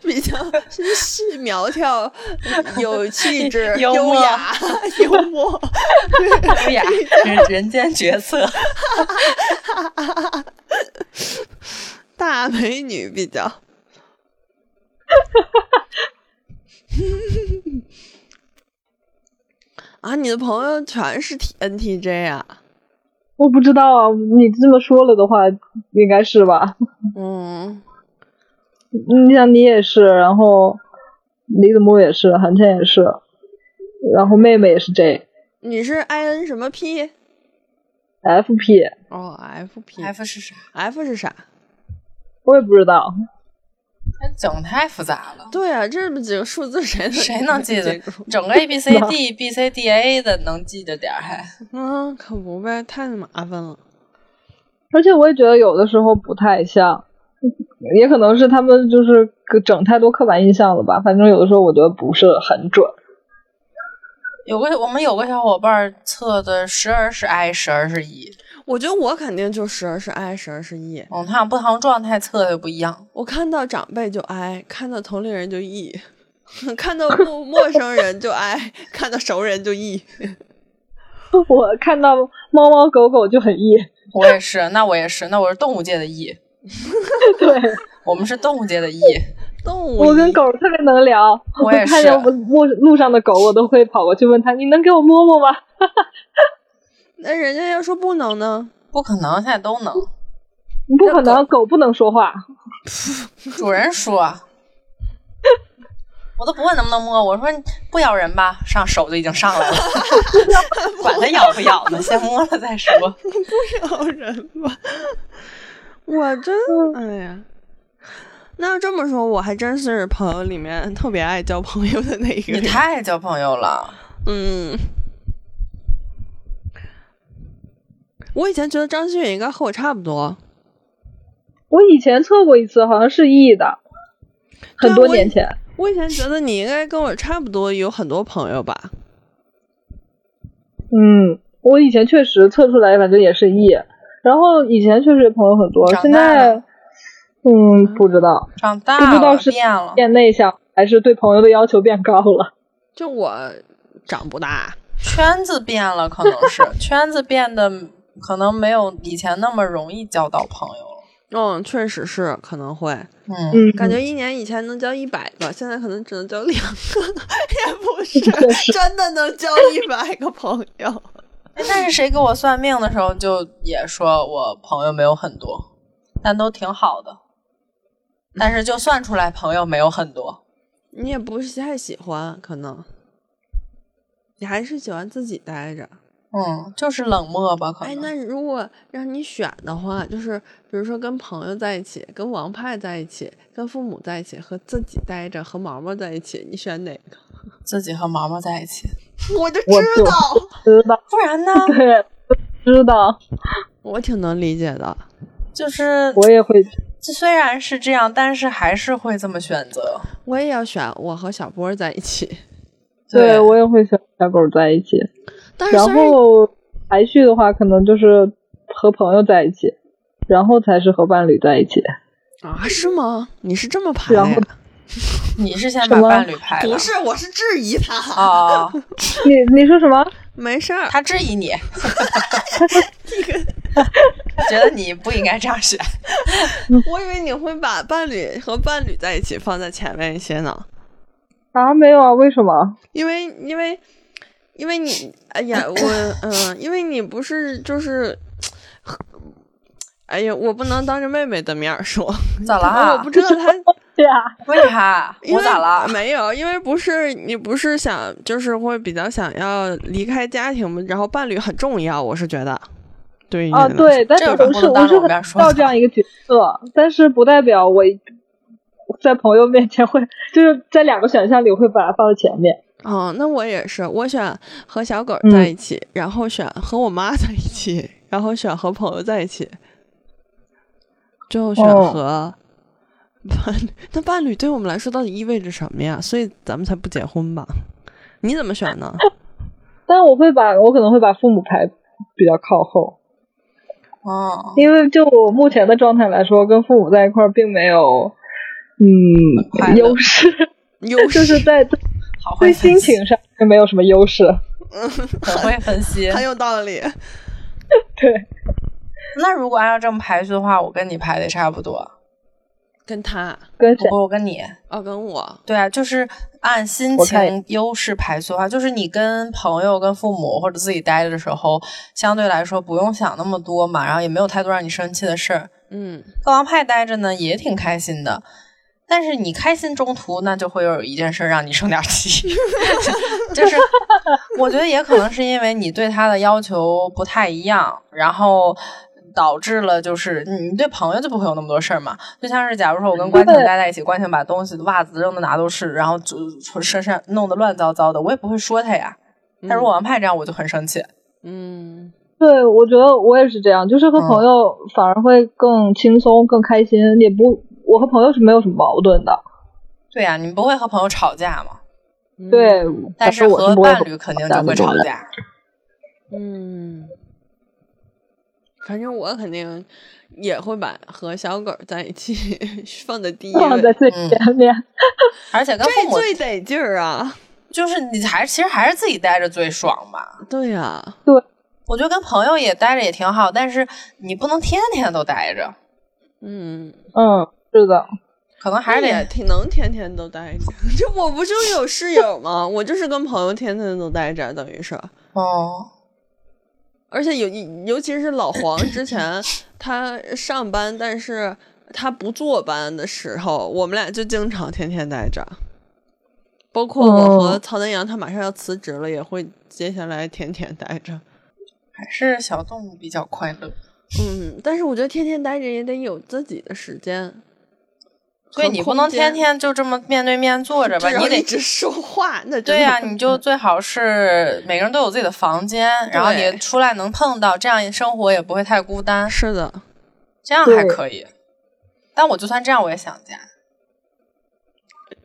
比较 是是苗条、有气质、
幽默
雅、幽默。
优雅，人人间绝色。
大美女比 较。啊，你的朋友全是 T N T J 啊？
我不知道啊。你这么说了的话，应该是吧？
嗯，
你想，你也是，然后李子木也是，韩倩也是，然后妹妹也是 J，FP。
你是 I N 什么 P？
FP
哦，F
嗯
P
F 是啥？
F 是啥？
我也不知道，
它整太复杂了，
对啊，这么几个数字谁能
谁能记得
住？
整个 A B C D B C D A 的能记着点儿还。
嗯，可不呗，太麻烦了。
而且我也觉得有的时候不太像，也可能是他们就是整太多刻板印象了吧。反正有的时候我觉得不是很准。
有个我们有个小伙伴儿测的时而是 I，时而是 E。
我觉得我肯定就时而是 I，时而是 E。
嗯，他俩不同状态测的不一样。
我看到长辈就 I，看到同龄人就 E，看 到陌陌生人就 I，看到熟人就 E。
我看到猫猫狗狗就很 E，
我也是，那我也是，那我是动物界的 E，
对
我们是动物界的 E。
动物 E，
我跟狗特别能聊。
我也是
看见我路路上的狗，我都会跑过去问它：“你能给我摸摸吗
那人家要说不能呢？
不可能，现在都能。？”
不可能，狗不能说话。
主人说，我都不问能不能摸，我说不咬人吧，上手就已经上来了， 管它咬不咬呢，先摸了再说。
咬人吧！我
嗯
真哎呀，那这么说，我还真是朋友里面特别爱交朋友的那一个
你
人。
太爱交朋友了，
嗯，我以前觉得张馨予应该和我差不多，
我以前测过一次，好像是 E 的，
对
很多
我也
年前。
我以前觉得你应该跟我差不多，有很多朋友吧。
嗯，我以前确实测出来，反正也是 E。然后以前确实朋友很多，
长
现
大了
在嗯不知道，
长
不
大
知道
了
是
变了，
变内向还是对朋友的要求变高了。
就我长不大，
圈子变了，可能是圈子变得可能没有以前那么容易交到朋友了。
嗯，确实是可能会
嗯，
嗯，
感觉一年以前能交一百个，现在可能只能交两个， 也不 是
是
真的能交一百个朋友。
哎 但是谁给我算命的时候就也说我朋友没有很多，但都挺好的，但是就算出来朋友没有很多。
你也不是太喜欢，可能你还是喜欢自己待着。
嗯，就是冷漠吧，可能。
哎，那如果让你选的话，就是比如说跟朋友在一起，跟王派在一起，跟父母在一起，和自己待着，和毛毛在一起，你选哪个？
自己和毛毛在一起，
我就
我
知
就
道，
知道，
不然呢？
对，知道，
我挺能理解的。
就是
我也会
这虽然是这样，但是还是会这么选择。
我也要选我和小波在一 起，
对我也会和小狗在一起。
但是
然
虽然
后排序的话，可能就是和朋友在一起，然后才是和伴侣在一起。
啊，是吗？你是这么排
然
呀
后？
你是先把
什么
伴侣排了
不是，我是质疑他。
哦，
你你说什么？
啊没事儿，
他质疑你，他觉得你不应该这样选。
嗯
我以为你会把伴侣和伴侣在一起放在前面一些呢，
啊，没有啊，为什么？
因为因为因为你，哎呀，我嗯、因为你不是就是。哎呀，我不能当着妹妹的面儿说，
咋了
可能我
啊
不？知道她，
呀？
为啥？
因
啊我
为
咋了？
没有，因为不是你不是想就是会比较想要离开家庭嘛，然后伴侣很重要，我是觉得。对于
啊，
你来
对，
说，
但
这
是
有什
我
么
是
不能当
我是
着我
很
面
知
说
道
的
这样一个角色，但是不代表我在朋友面前会，就是在两个选项里我会把它放在前面。
哦，那我也是，我选和小狗
嗯
在一起，然后选和我妈在一起，然后选和朋友在一起，最后选
哦
和伴侣。那伴侣对我们来说到底意味着什么呀？所以咱们才不结婚吧？你怎么选呢？
但是我会把我可能会把父母排比较靠后，
哦，
因为就我目前的状态来说，跟父母在一块儿并没有
快乐
嗯优势，
优势
就是在
好会
对
分
心
析，
情上是没有什么优势。
很会分 析。
很有道理。
对，
那如果按照这么排序的话，我跟你排的差不多。
跟他
跟
不
谁？
过我跟你，
哦，跟我
对啊，就是按心
我看
情优势排序的话，就是你跟朋友、跟父母或者自己待着的时候，相对来说不用想那么多嘛，然后也没有太多让你生气的事儿。
嗯，
跟王派待着呢也挺开心的，但是你开心中途那就会有一件事让你生点气， 就是我觉得也可能是因为你对他的要求不太一样，然后。导致了就是你你对朋友就不会有那么多事儿嘛，就像是假如说我跟关晴
嗯对
待在一起，关晴把东西袜子扔的哪都是，然后就身上弄得乱糟糟的，我也不会说他呀。
嗯
但如果王派这样，我就很生气。
嗯
对，我觉得我也是这样，就是和朋友反而会更轻松、更开心，也不，我和朋友是没有什么矛盾的。
对呀、你不会和朋友吵架嘛？
嗯
对，
但是
我
和
不会
伴侣肯定就会吵架。
嗯，反正我肯定也会把和小狗在一起 放在第一
放 在
位，
最前面。
而且跟父
这
母
最得劲儿啊！
就是你还其实还是自己待着最爽吧。
对呀、
我觉得跟朋友也待着也挺好，但是你不能天天都待着，
嗯，
嗯，是的，
可能还是
也
得
挺能天天都待着。 就我不就有室友吗？我就是跟朋友天天都待着，等于是。
哦，
而且尤尤其是老黄之前他上班，但是他不坐班的时候，我们俩就经常天天待着。包括我和
哦
曹丹阳，他马上要辞职了，也会接下来天天待着。
还是小动物比较快乐。
嗯，但是我觉得天天待着也得有自己的时间，
所以你不能天天就这么面对面坐着吧，
只要嗯
你
一
得。
直说话，那真
对呀、
的
你就最好是每个人都有自己的房间，然后你出来能碰到，这样生活也不会太孤单，
是的，
这样还
对
可以。但我就算这样，我也想家。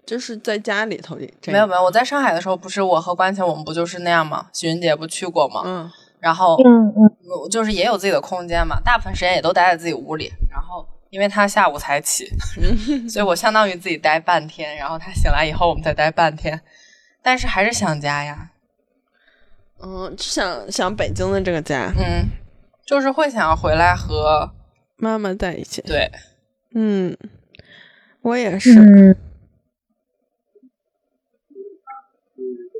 就是在家里头也这
没有
样。
没有，我在上海的时候，不是我和关晴我们不就是那样吗？许云姐不去过吗？
嗯，
然后
嗯嗯，
我就是也有自己的空间嘛，大部分时间也都待在自己屋里。然后因为他下午才起，所以我相当于自己待半天，然后他醒来以后我们再待半天。但是还是想家呀，
嗯，就想想北京的这个家，
嗯，就是会想要回来和
妈妈在一起。
对，
嗯，我也是。
嗯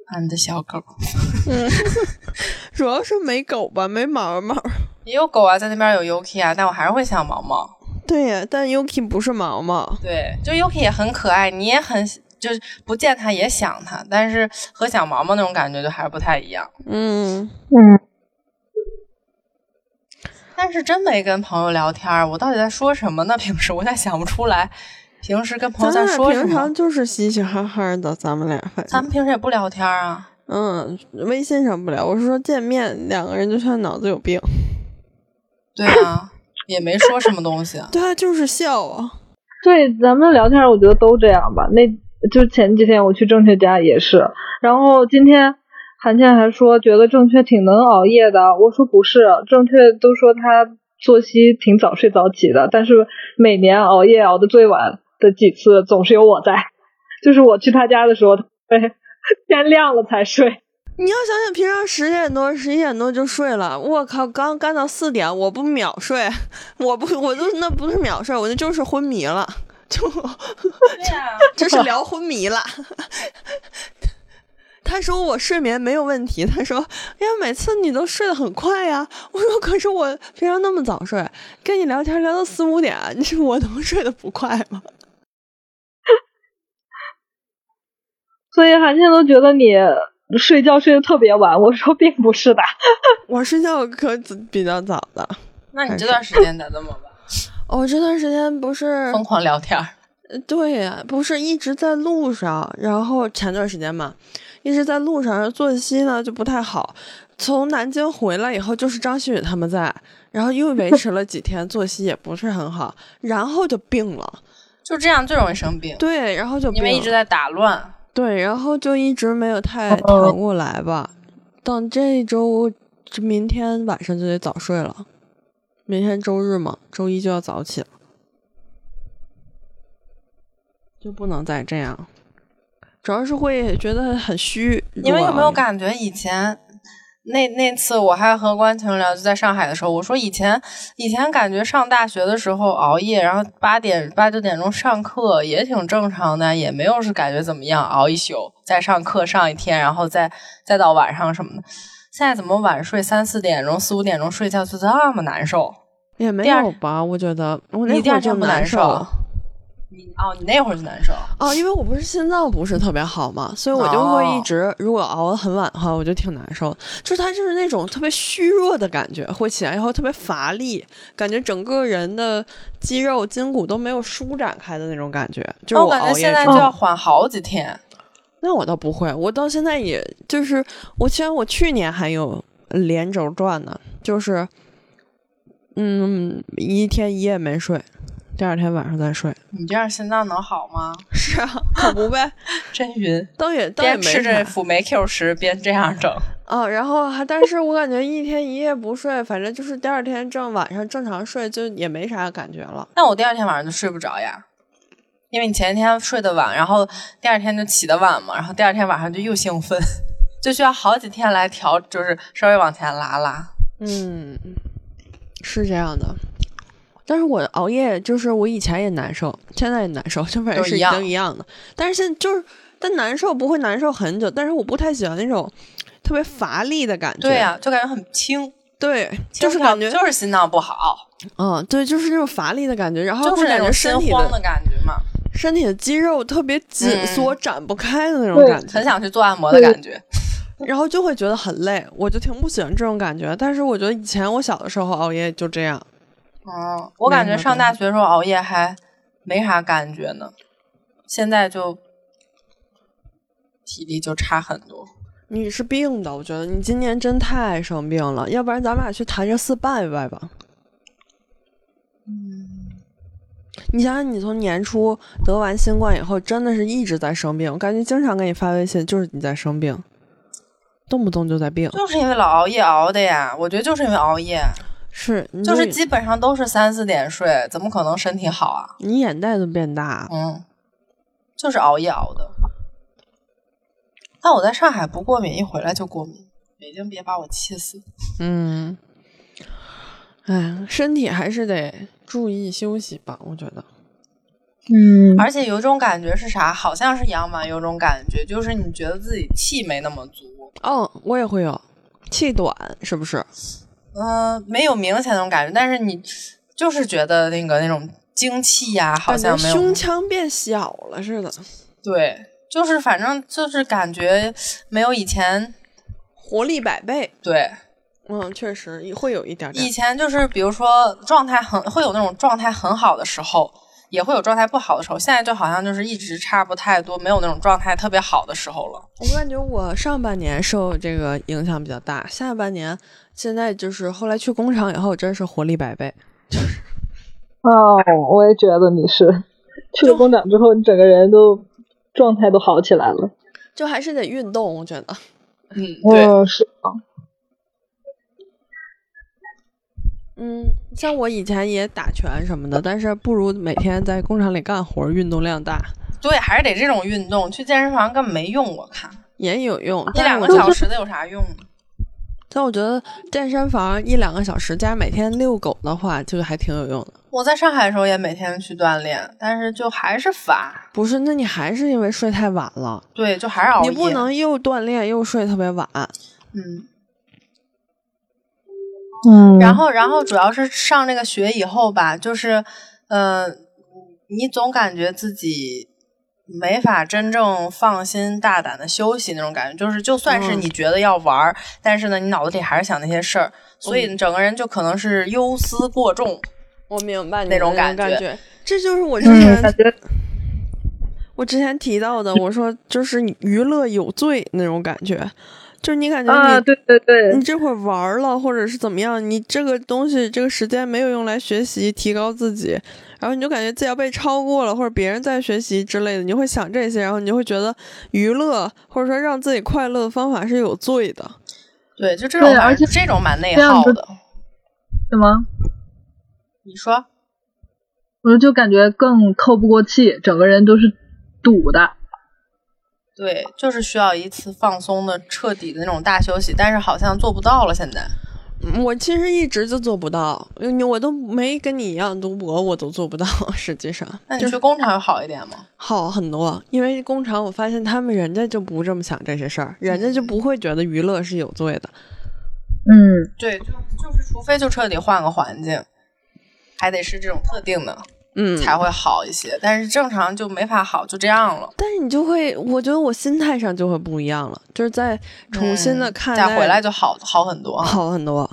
啊，你的小狗
嗯，主要是没狗吧，没毛毛。
也有狗啊，在那边有 Yuki 啊，但我还是会想毛毛。
对呀、但 Yuki 不是毛毛。
对，就 Yuki 也很可爱，你也很就是不见它也想它，但是和想毛毛那种感觉就还是不太一样。
嗯，
嗯，
但是真没跟朋友聊天儿，我到底在说什么呢？ 平时我在想不出来，平时跟朋
咱
友在
俩
说什
平
么
常？就是嘻嘻哈哈的，咱们俩反
咱
正
们平时也不聊天儿啊。
嗯，微信上不聊。我是说见面两个人就像脑子有病。
对 啊，也没说什么东西。
对啊，就是笑啊。
对，咱们聊天我觉得都这样吧。那就前几天我去正确家也是，然后今天韩倩还说觉得正确挺能熬夜的，我说不是，正确都说他作息挺早睡早起的，但是每年熬夜熬的最晚的几次总是有我在， 就是我去他家的时候，他会 天亮了才睡。
你要想想，平常十点多、十一点多就睡了，我靠，刚干到四点，我不秒睡，我不，我就那不是秒睡，我那就是昏迷了，就
对 呀、
这是聊昏迷了。 他说我睡眠没有问题，他说，哎呀，每次你都睡得很快呀。我说，可是我平常那么 早睡，跟你聊天聊到四五点，你说我能睡得不快吗？
所以韩倩都觉得你睡觉睡得特别晚。我说并不是的，
我睡觉可比较早的。
那你这段时间咋这么
嗯
办？
我这段时间不是
疯狂聊天儿，
对呀，不是一直在路上，然后前段时间嘛，一直在路上，作息呢就不太好。从南京回来以后，就是张馨予他们在，然后又维持了几天，作息也不是很好，然后就病了。
就这样最容易生病，
对，然后就病
因为一
了
直在打乱。
对，然后就一直没有太谈过来吧。等这一周，这明天晚上就得早睡了。明天周日嘛，周一就要早起了，就不能再这样。主要是会觉得很虚。啊
你们有没有
感？
感觉以前那那次我还和关晴聊，就在上海的时候，我说以前以前感觉上大学的时候熬夜，然后八点八九点钟上课也挺正常的，也没有是感觉怎么样，熬一宿再上课上一天，然后再再到晚上什么的。现在怎么晚睡三四点钟、四五点钟睡觉就这么难受？
也没
第二
有吧？我觉得我那
你第
会
二
儿就
天不
难
受？啊你哦，你那会儿就难受，
哦，因为我不是心脏不是特别好嘛，所以我就会
哦
一直，如果熬得很晚的话，我就挺难受的。就是它就是那种特别虚弱的感觉，会起来以后特别乏力，感觉整个人的肌肉筋骨都没有舒展开的那种感觉。就是
那
我
哦感
熬
觉
夜
现在
之
就
后
要缓好几天。
那我倒不会，我到现在也就是，我虽然我去年还有连轴转呢，就是，嗯，一天一夜没睡，第二天晚上再睡，
你这样心脏能好吗？
是啊，可不呗，
真晕。
倒也倒也
边
没
吃着
啥
辅酶 Q 十边这样整，
哦，然后还，但是我感觉一天一夜不睡，反正就是第二天正晚上正常睡，就也没啥感觉了。
那我第二天晚上就睡不着呀，因为你前一天睡得晚，然后第二天就起得晚嘛，然后第二天晚上就又兴奋， 就需要好几天来调，就是稍微往前拉拉。
嗯，是这样的。但是我熬夜就是我以前也难受，现在也难受， 就反正
都
是
一
已
样
经一样的。但是现在就是，但难受不会难受很久，但是我不太喜欢那种特别乏力的感觉。
对呀、就感觉很轻，
对，
轻
就是
跳
感觉，
就是啊心脏不好，
嗯，对，就是那种乏力的感觉，然后
就
会
是那
感觉
种心
身体
慌的感觉嘛，
身体的肌肉特别紧
嗯
缩、展不开的那种
对
感觉，
很想去做按摩的感觉。
然后就会觉得很累，我就挺不喜欢这种感觉。但是我觉得以前我小的时候熬夜就这样，
嗯，我感觉上大学的时候熬夜还没啥感觉呢，现在就体力就差很多。
你是病的，我觉得你今年真太生病了，要不然咱们俩去谈这四拜一拜吧。
嗯
你想想，你从年初得完新冠以后，真的是一直在生病，我感觉经常给你发微信，就是你在生病，动不动就在病。
就是因为老熬夜熬的呀，我觉得就是因为熬夜，
是，你
就是
眼
基本上都是三四点睡，怎么可能身体好啊？
你眼袋都变大，
嗯，就是熬夜熬的。但我在上海不过敏，一回来就过敏。北京别把我气死！
嗯，哎，身体还是得注意休息吧，我觉得。
嗯，
而且有一种感觉是啥？好像是阳痿，有种感觉就是你觉得自己气没那么足，
哦，我也会有气短，是不是？
嗯、没有明显那种感觉，但是你就是觉得那个那种精气呀、好像
感
没有
觉胸腔变小了似的，
对，就是反正就是感觉没有以前
活力百倍。
对。
嗯，确实也会有一点
以
点。
前就是比如说状态很会有那种状态很好的时候，也会有状态不好的时候。现在就好像就是一直差不太多，没有那种状态特别好的时候了。
我感觉我上半年受这个影响比较大，下半年现在就是后来去工厂以后，真是活力百倍。
哦，我也觉得你是去了工厂之后，你整个人都状态都好起来了。
就还是得运动，我觉得。
嗯，对，
嗯，是啊，
嗯，像我以前也打拳什么的，但是不如每天在工厂里干活，运动量大
对，还是得这种运动。去健身房根本没用，我看
也有用。
一
但
啊两
我
个
觉得
小时的有啥用啊呢？
但我觉得健身房一两个小时加每天遛狗的话，就还挺有用的。
我在上海的时候也每天去锻炼，但是就还是乏，
不是，那你还是因为睡太晚了，
对，就还是熬夜。
你不能又锻炼又睡特别晚。
嗯，
嗯，
然后，然后主要是上这个呃学以后吧，就是，嗯、你总感觉自己没法真正放心大胆的休息那种感觉，就是就算
嗯
是你觉得要玩儿，但是呢，你脑子里还是想那些事儿，所
嗯
以你整个人就可能是忧思过重。
我明白你
那
的
种
感
感觉
这就是我之前、
嗯，感觉
我之前提到的，我说就是你娱乐有罪那种感觉，就是你感觉你、
啊，对对对，
你这会儿玩儿了，或者是怎么样，你这个东西这个时间没有用来学习提高自己，然后你就感觉自己要被超过了，或者别人在学习之类的，你就会想这些，然后你就会觉得娱乐或者说让自己快乐的方法是有罪的。
对，就这种
对
蛮，
而且
这种蛮内
这样
耗
子
的。
什么？
你说，
我说就感觉更透不过气，整个人都是堵的。
对，就是需要一次放松的、彻底的那种大休息，但是好像做不到了。现在，
嗯我其实一直就做不到，你我都没跟你一样读博，我都做不到。 实际上，
那你去工厂有好一点吗？
好很多，因为工厂我发现他们人家就不这么想这些事儿，人家就
嗯
不会觉得娱乐是有罪的。
嗯，
对，就就是，除非就彻底换个环境，还得是这种特定的
嗯，
才会好一些，但是正常就没法好，就这样了。
但是你就会，我觉得我心态上就会不一样了，就是在重新的
嗯
看待，
再回来就好好很多啊。
好很多，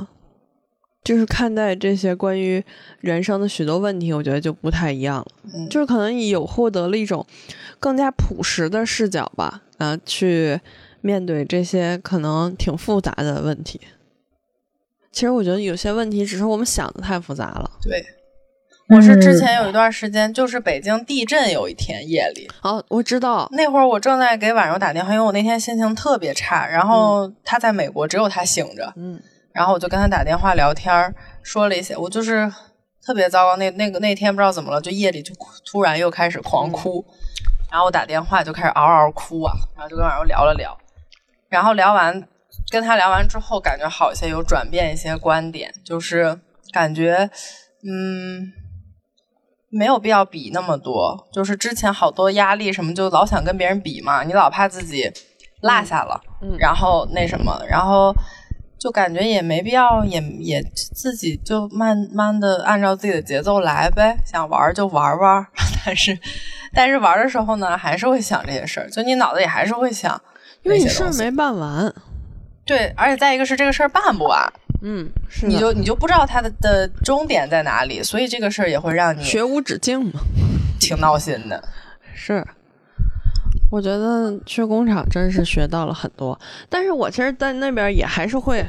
就是看待这些关于人生的许多问题，我觉得就不太一样了。
嗯
就是可能有获得了一种更加朴实的视角吧，啊，去面对这些可能挺复杂的问题。其实我觉得有些问题只是我们想的太复杂了。
对，我是之
嗯
前有一段时间，就是北京地震有一天夜里，
哦，我知道，
那会儿我正在给婉柔打电话，因为我那天心情特别差，然后她在美国，只有她醒着，
嗯
然后我就跟她打电话聊天儿，说了一些，我就是特别糟糕，那那个那天不知道怎么了，就夜里就哭突然又开始狂哭，然后我打电话就开始嗷嗷哭啊，然后就跟婉柔聊了聊，然后聊完跟她聊完之后，感觉好一些，有转变一些观点，就是感觉嗯。没有必要比那么多，就是之前好多压力什么，就老想跟别人比嘛，你老怕自己落下了，
嗯
然后那什么，然后就感觉也没必要，也也自己就慢慢的按照自己的节奏来呗，想玩儿就玩儿玩 儿，但是但是玩儿的时候呢，还是会想这些事儿，就你脑子里还是会想
因为
那
你
些
事儿
东西
没办完。
对，而且再一个是这个事儿办不完，
嗯，是
你
的
就你就不知道它的的终点在哪里，所以这个事儿也会让你
学无止境嘛。
挺闹心的。
是，我觉得去工厂真是学到了很多，但是我其实，在那边也还是会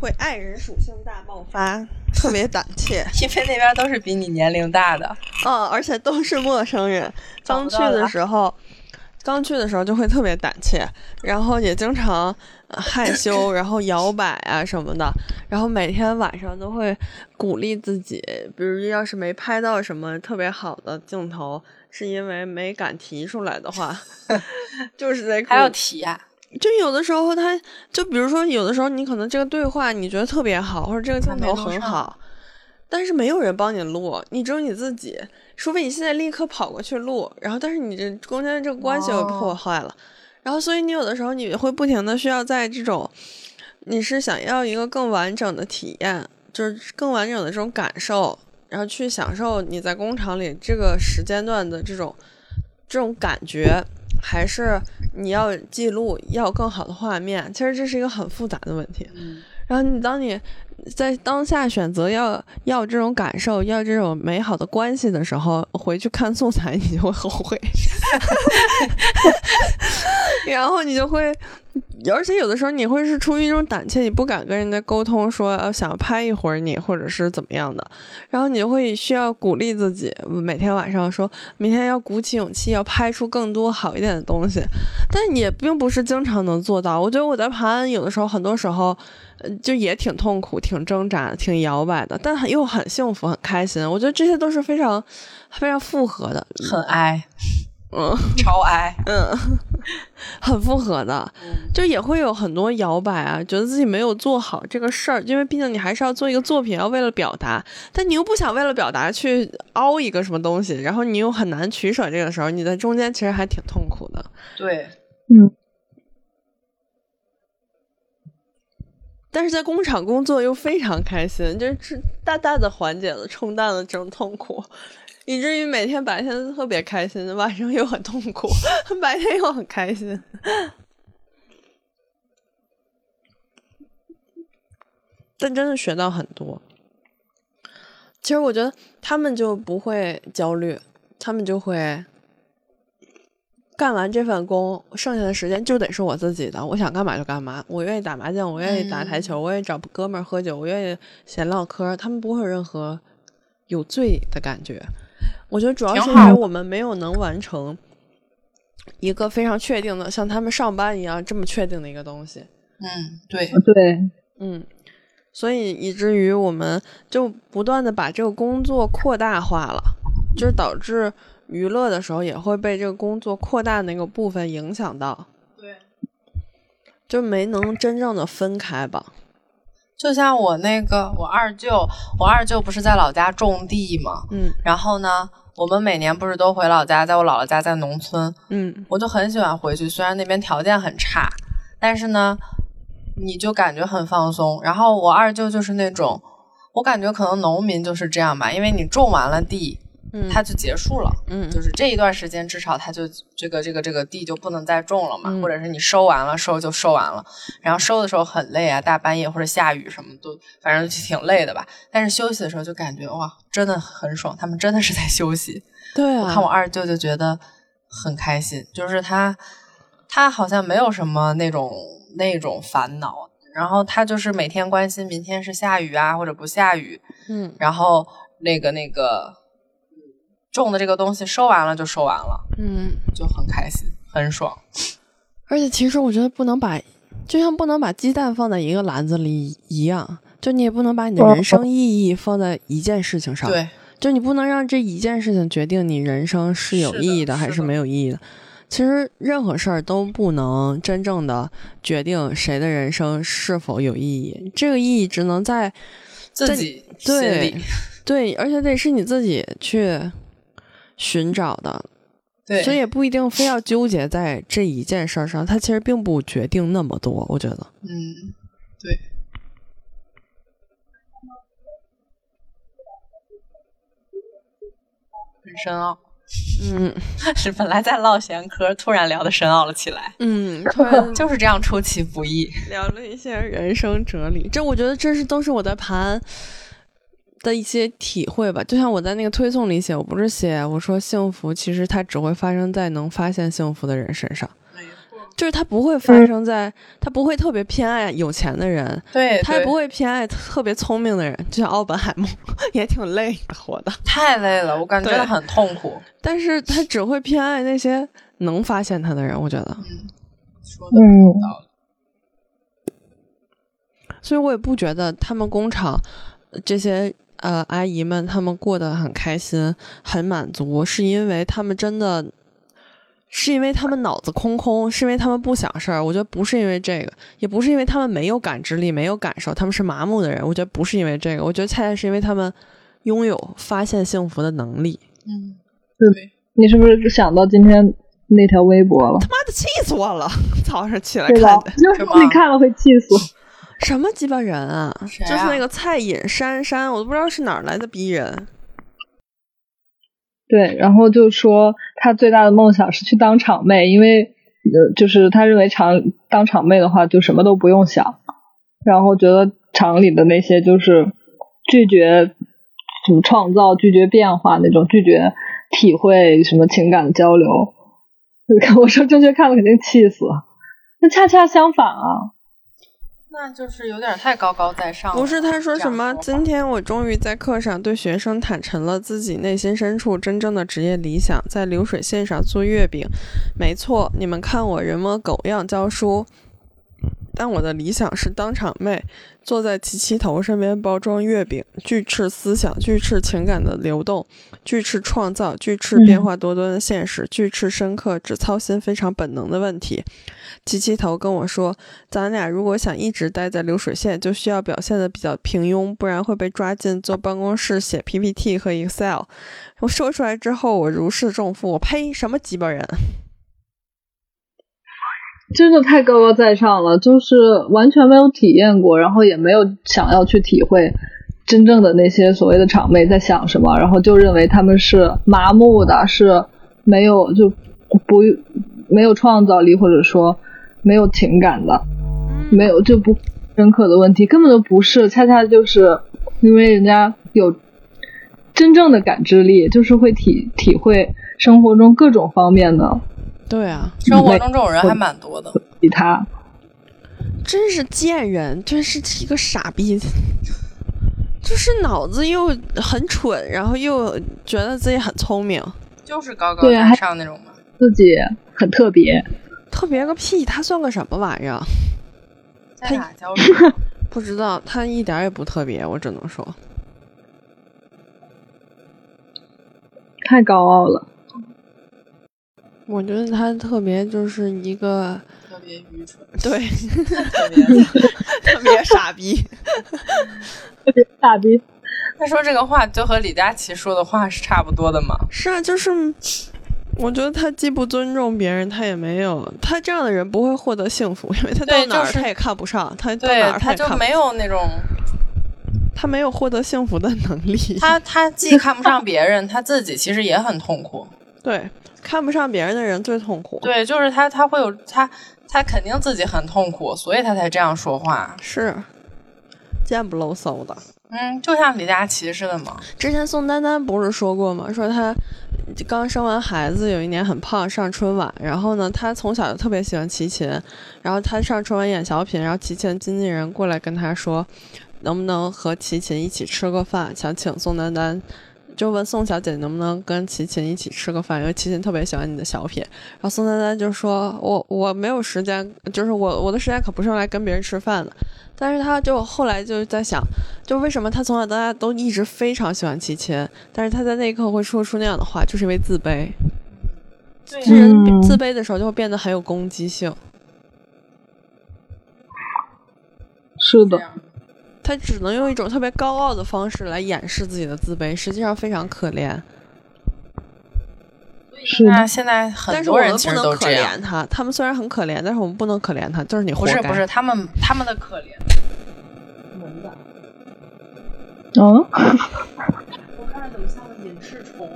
会爱人属性大爆发，特别胆怯，
因为那边都是比你年龄大的，
啊，而且都是陌生人。
找
刚
不
去
到的
的
啊
时候，刚去的时候就会特别胆怯，然后也经常呃害羞，然后摇摆啊什么的。然后每天晚上都会鼓励自己，比如要是没拍到什么特别好的镜头，是因为没敢提出来的 话，就是得鼓
还要提呀、
就有的时候他，就比如说，有的时候你可能这个对话你觉得特别好，或者这个镜头很好，但是没有人帮你录，你只有你自己，除非你现在立刻跑过去录，然后但是你这中间这个关系又破坏了，然后所以你有的时候你会不停的需要在这种，你是想要一个更完整的体验，就是更完整的这种感受，然后去享受你在工厂里这个时间段的这种这种感觉，还是你要记录，要有更好的画面。其实这是一个很复杂的问题。然后你当你在当下选择要要这种感受，要这种美好的关系的时候，回去看素材，你就会后悔。 然后你就会，而且有的时候你会是出于一种胆怯，你不敢跟人家沟通说，呃想拍一会儿你，或者是怎么样的，然后你就会需要鼓励自己，每天晚上说，明天要鼓起勇气，要拍出更多好一点的东西，但也并不是经常能做到。我觉得我在爬安有的时候，很多时候，呃就也挺痛苦、挺挣扎、挺摇摆的，但很又很幸福、很开心。我觉得这些都是非常非常复合的，
很哀，
嗯。
超哀。
嗯， 很复合的，就也会有很多摇摆啊，觉得自己没有做好这个事儿，因为毕竟你还是要做一个作品，要为了表达，但你又不想为了表达去凹一个什么东西，然后你又很难取舍。这个时候你在中间其实还挺痛苦的。
对，
但是在工厂工作又非常开心，就是大大的缓解了、冲淡了这种痛苦，以至于每天白天特别开心，晚上又很痛苦， 白天又很开心。 但真的学到很多。其实我觉得他们就不会焦虑，他们就会干完这份工，剩下的时间就得是我自己的，我想干嘛就干嘛。我愿意打麻将，我愿意打台球，我愿意找哥们儿喝酒，我愿意闲唠嗑，他们不会有任何有罪的感觉。我觉得主要是
挺
因
好
为我们没有能完成一个非常确定的，像他们上班一样这么确定的一个东西。
嗯，对，
对，
嗯，所以以至于我们就不断的把这个工作扩大化了，就是导致娱乐的时候也会被这个工作扩大那个部分影响到，
对，
就没能真正的分开吧。
就像我那个我二舅，我二舅不是在老家种地嘛，
嗯
然后呢，我们每年不是都回老家，在我姥姥家在农村，
嗯
我就很喜欢回去，虽然那边条件很差，但是呢，你就感觉很放松。然后我二舅就是那种，我感觉可能农民就是这样吧，因为你种完了地，
嗯，
它就结束了，
嗯
就是这一段时间至少它就这个这个这个地就不能再种了嘛，
嗯
或者是你收完了收就收完了，然后收的时候很累啊，大半夜或者下雨什么都，反正就挺累的吧。但是休息的时候就感觉哇，真的很爽，他们真的是在休息。
对啊，
我看我二舅就觉得很开心，就是他他好像没有什么那种那种烦恼，然后他就是每天关心明天是下雨啊或者不下雨，
嗯
然后那个那个种的这个东西收完了就收完了，
嗯，
就很开心，很爽。
而且其实我觉得不能把，就像不能把鸡蛋放在一个篮子里一样，就你也不能把你的人生意义放在一件事情上。
对，
就你不能让这一件事情决定你人生是有
是的
意义的还
是
是
的
没有意义的。其实任何事儿都不能真正的决定谁的人生是否有意义，这个意义只能在
自己心
对
里
对，而且得是你自己去寻找的，
对，
所以也不一定非要纠结在这一件事儿上，它其实并不决定那么多，我觉得。
嗯，很深奥。
嗯
是本来在唠闲嗑，突然聊的深奥了起来，
嗯，突然
就是这样出其不意。
聊了一些人生哲理，这我觉得这是都是我在盘的一些体会吧。就像我在那个推送里写，我不是写我说幸福其实它只会发生在能发现幸福的人身上，就是它不会发生在、它不会特别偏爱有钱的人，
对，
它也
哎对
不会偏爱特别聪明的人。就像奥本海默 也挺累的活的，
太累了，我感觉
对
真的很痛苦。
但是他只会偏爱那些能发现他的人。我觉得，
说
嗯
的有道理，
所以我也不觉得他们工厂呃这些呃阿姨们他们过得很开心、很满足，是因为他们真的。是因为他们脑子空空，是因为他们不想事儿。我觉得不是因为这个，也不是因为他们没有感知力、没有感受，他们是麻木的人。我觉得不是因为这个，我觉得恰恰是因为他们拥有发现幸福的能力。
嗯，
你是不是想到今天那条微博了？
妈的，气死我了！ 早上起来
对吧
看的？
就是
吗
你看了会气死。
什么鸡巴人啊！
谁
就是
啊
那个蔡隐珊珊，我都不知道是哪儿来的逼人。
对，然后就说他最大的梦想是去当场妹，因为呃，就是他认为厂当场妹的话就什么都不用想，然后觉得厂里的那些就是拒绝什么创造、拒绝变化那种，拒绝体会什么情感的交流。 我说正确看了肯定气死，那恰恰相反啊，
那就是有点太高高在上了。
不是，他说
这样
什么？
法
今天我终于在课上对学生坦诚了自己内心深处真正的职业理想，在流水线上做月饼。没错，你们看我人模狗样教书，但我的理想是当场妹，坐在琪琪头身边包装月饼，拒斥思想，拒斥情感的流动，拒斥创造，拒斥变化多端的现实，拒斥深刻只操心非常本能的问题。琪琪头跟我说，咱俩如果想一直待在流水线，就需要表现的比较平庸，不然会被抓进坐办公室写 PPT 和 Excel。我说出来之后，我如释重负。我呸，什么鸡巴人！啊
真的太高高在上了，就是完全没有体验过，然后也没有想要去体会真正的那些所谓的场妹在想什么，然后就认为他们是麻木的，是没有就不没有创造力，或者说没有情感的，没有就不深刻的问题，根本就不是，恰恰就是因为人家有真正的感知力，就是会体体会生活中各种方面的
对啊，
生活中这种人还蛮多的。
其他。
真是贱人，真是一个傻逼， 就是脑子又很蠢，然后又觉得自己很聪明，
就是高高
对啊
在上那种嘛。
自己很特别，
特别个屁，他算个什么玩意儿？
在哪教书？
不知道，他一点儿也不特别，我只能说，
太高傲了。
我觉得他特别就是一 个
特别愚蠢，
对
特别。
特别傻逼，
傻逼，
他说这个话就和李佳琦说的话是差不多的嘛。
是啊，就是我觉得他既不尊重别人，他也没有，他这样的人不会获得幸福，因为他到
对
哪
就
儿、
是
他也看不上，他到
对
哪，儿
他
也
就
看不
没有那种
他没有获得幸福的能力，
他他既看不上别人，他自己其实也很痛苦。
对看不上别人的人最痛苦，
对，就是他他会有他他肯定自己很痛苦，所以他才这样说话。
是贱不露嗖的。
嗯，就像李佳琦似的嘛。
之前宋丹丹不是说过吗？说她刚生完孩子，有一年很胖，上春晚。然后呢，她从小就特别喜欢齐秦，然后她上春晚演小品，然后齐秦经纪人过来跟她说，能不能和齐秦一起吃个饭，想请宋丹丹。就问宋小姐能不能跟齐秦一起吃个饭，因为齐秦特别喜欢你的小品。然后宋丹丹就说：“我我没有时间，就是我我的时间可不是用来跟别人吃饭的。”但是她就后来就在想，就为什么他从小到大都一直非常喜欢齐秦，但是他在那一刻会说出那样的话，就是因为自卑。
对
这人
嗯
自卑的时候就会变得很有攻击性，
是的，
啊
他只能用一种特别高傲的方式来掩饰自己的自卑，实际上非常可怜。
是的
那，现在很
但是
多
我
人
们
其
不
实
能
都
可
这样。
怜他，他们虽然很可怜，但是我们不能可怜他，就是你活
不是
该
不是，，他们他们的可怜。
嗯
我看着怎么像个隐翅虫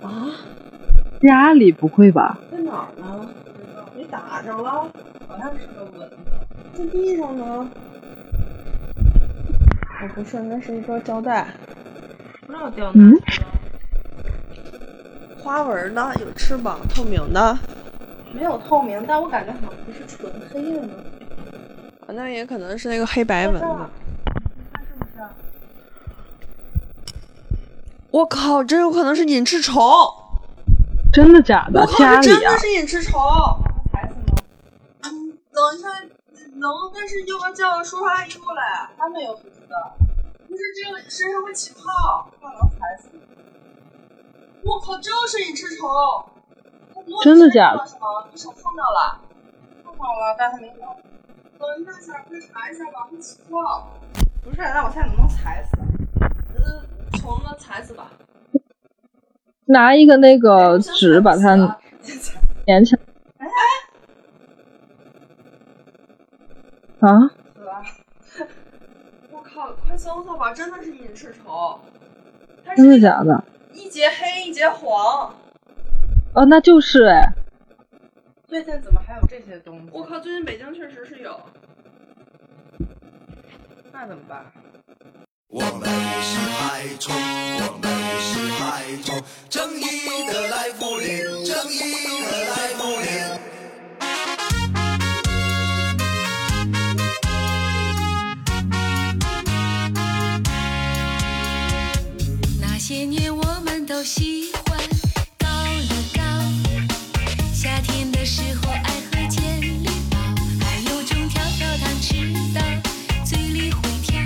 啊？
家里不会吧？
在哪儿呢？不知道，没打着
啊
了，好像是个蚊子。在地上呢？
我不是，那是一个胶带，
不知道掉哪儿去了。
花纹的，有翅膀，透明的，
没有透明，但我感觉好像不是纯黑的呢。
那也可能是那个黑白纹的。
啊
我靠，这有可能是隐翅虫！我
真的假的？
靠，
家
这
里
真
啊
的，是隐翅虫！
嗯等一下，能，但是要不要叫叔叔阿姨过来？他们有胡子的。不是这个身上会起泡，怕老踩死。我靠，真是隐翅虫！
真的假的？
你手碰到了？碰到了，但是没有。等一下，下快查一下吧，会起泡。不是，那我现在能不能踩死？呃，虫子踩死吧。
拿一个那个纸把它粘起来。啊，
我靠，快搜搜吧，真的是隐翅虫。它
真的假的？
一节黑一节黄。
哦，那就是哎，
最近怎么还有这些东西？
我靠，最近北京确实是有。
那怎么办？
我们是害虫，我们是害虫，正义的来福临，正义的来福临。
那些年我们都喜欢高乐高，夏天的时候爱喝健力宝，还有种跳跳糖吃到嘴里会跳，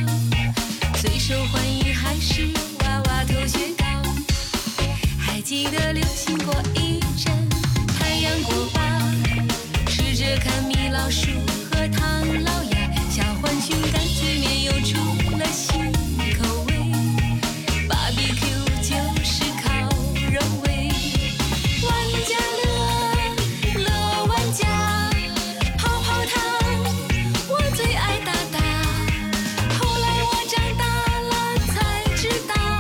最受欢迎还是娃娃头雪糕。还记得流行过一阵太阳果报，吃着看米老鼠和唐老鸭，小浣熊干脆面又出了新口味。BBQ 就是烤肉味，万家乐，乐万家，泡泡糖我最爱大大。后来我长大了，才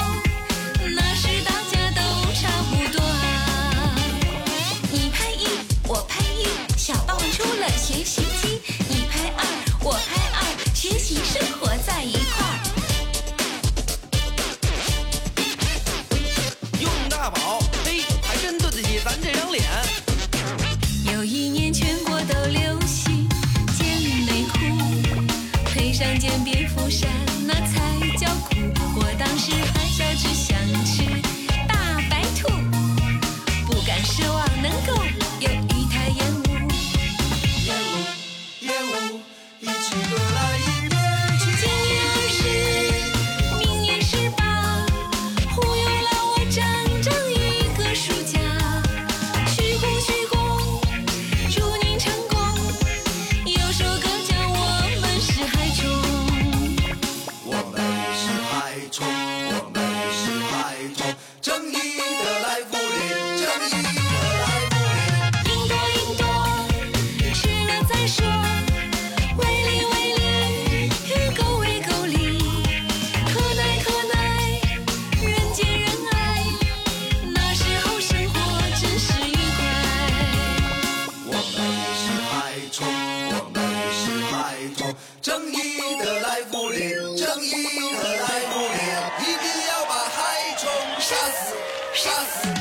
杀死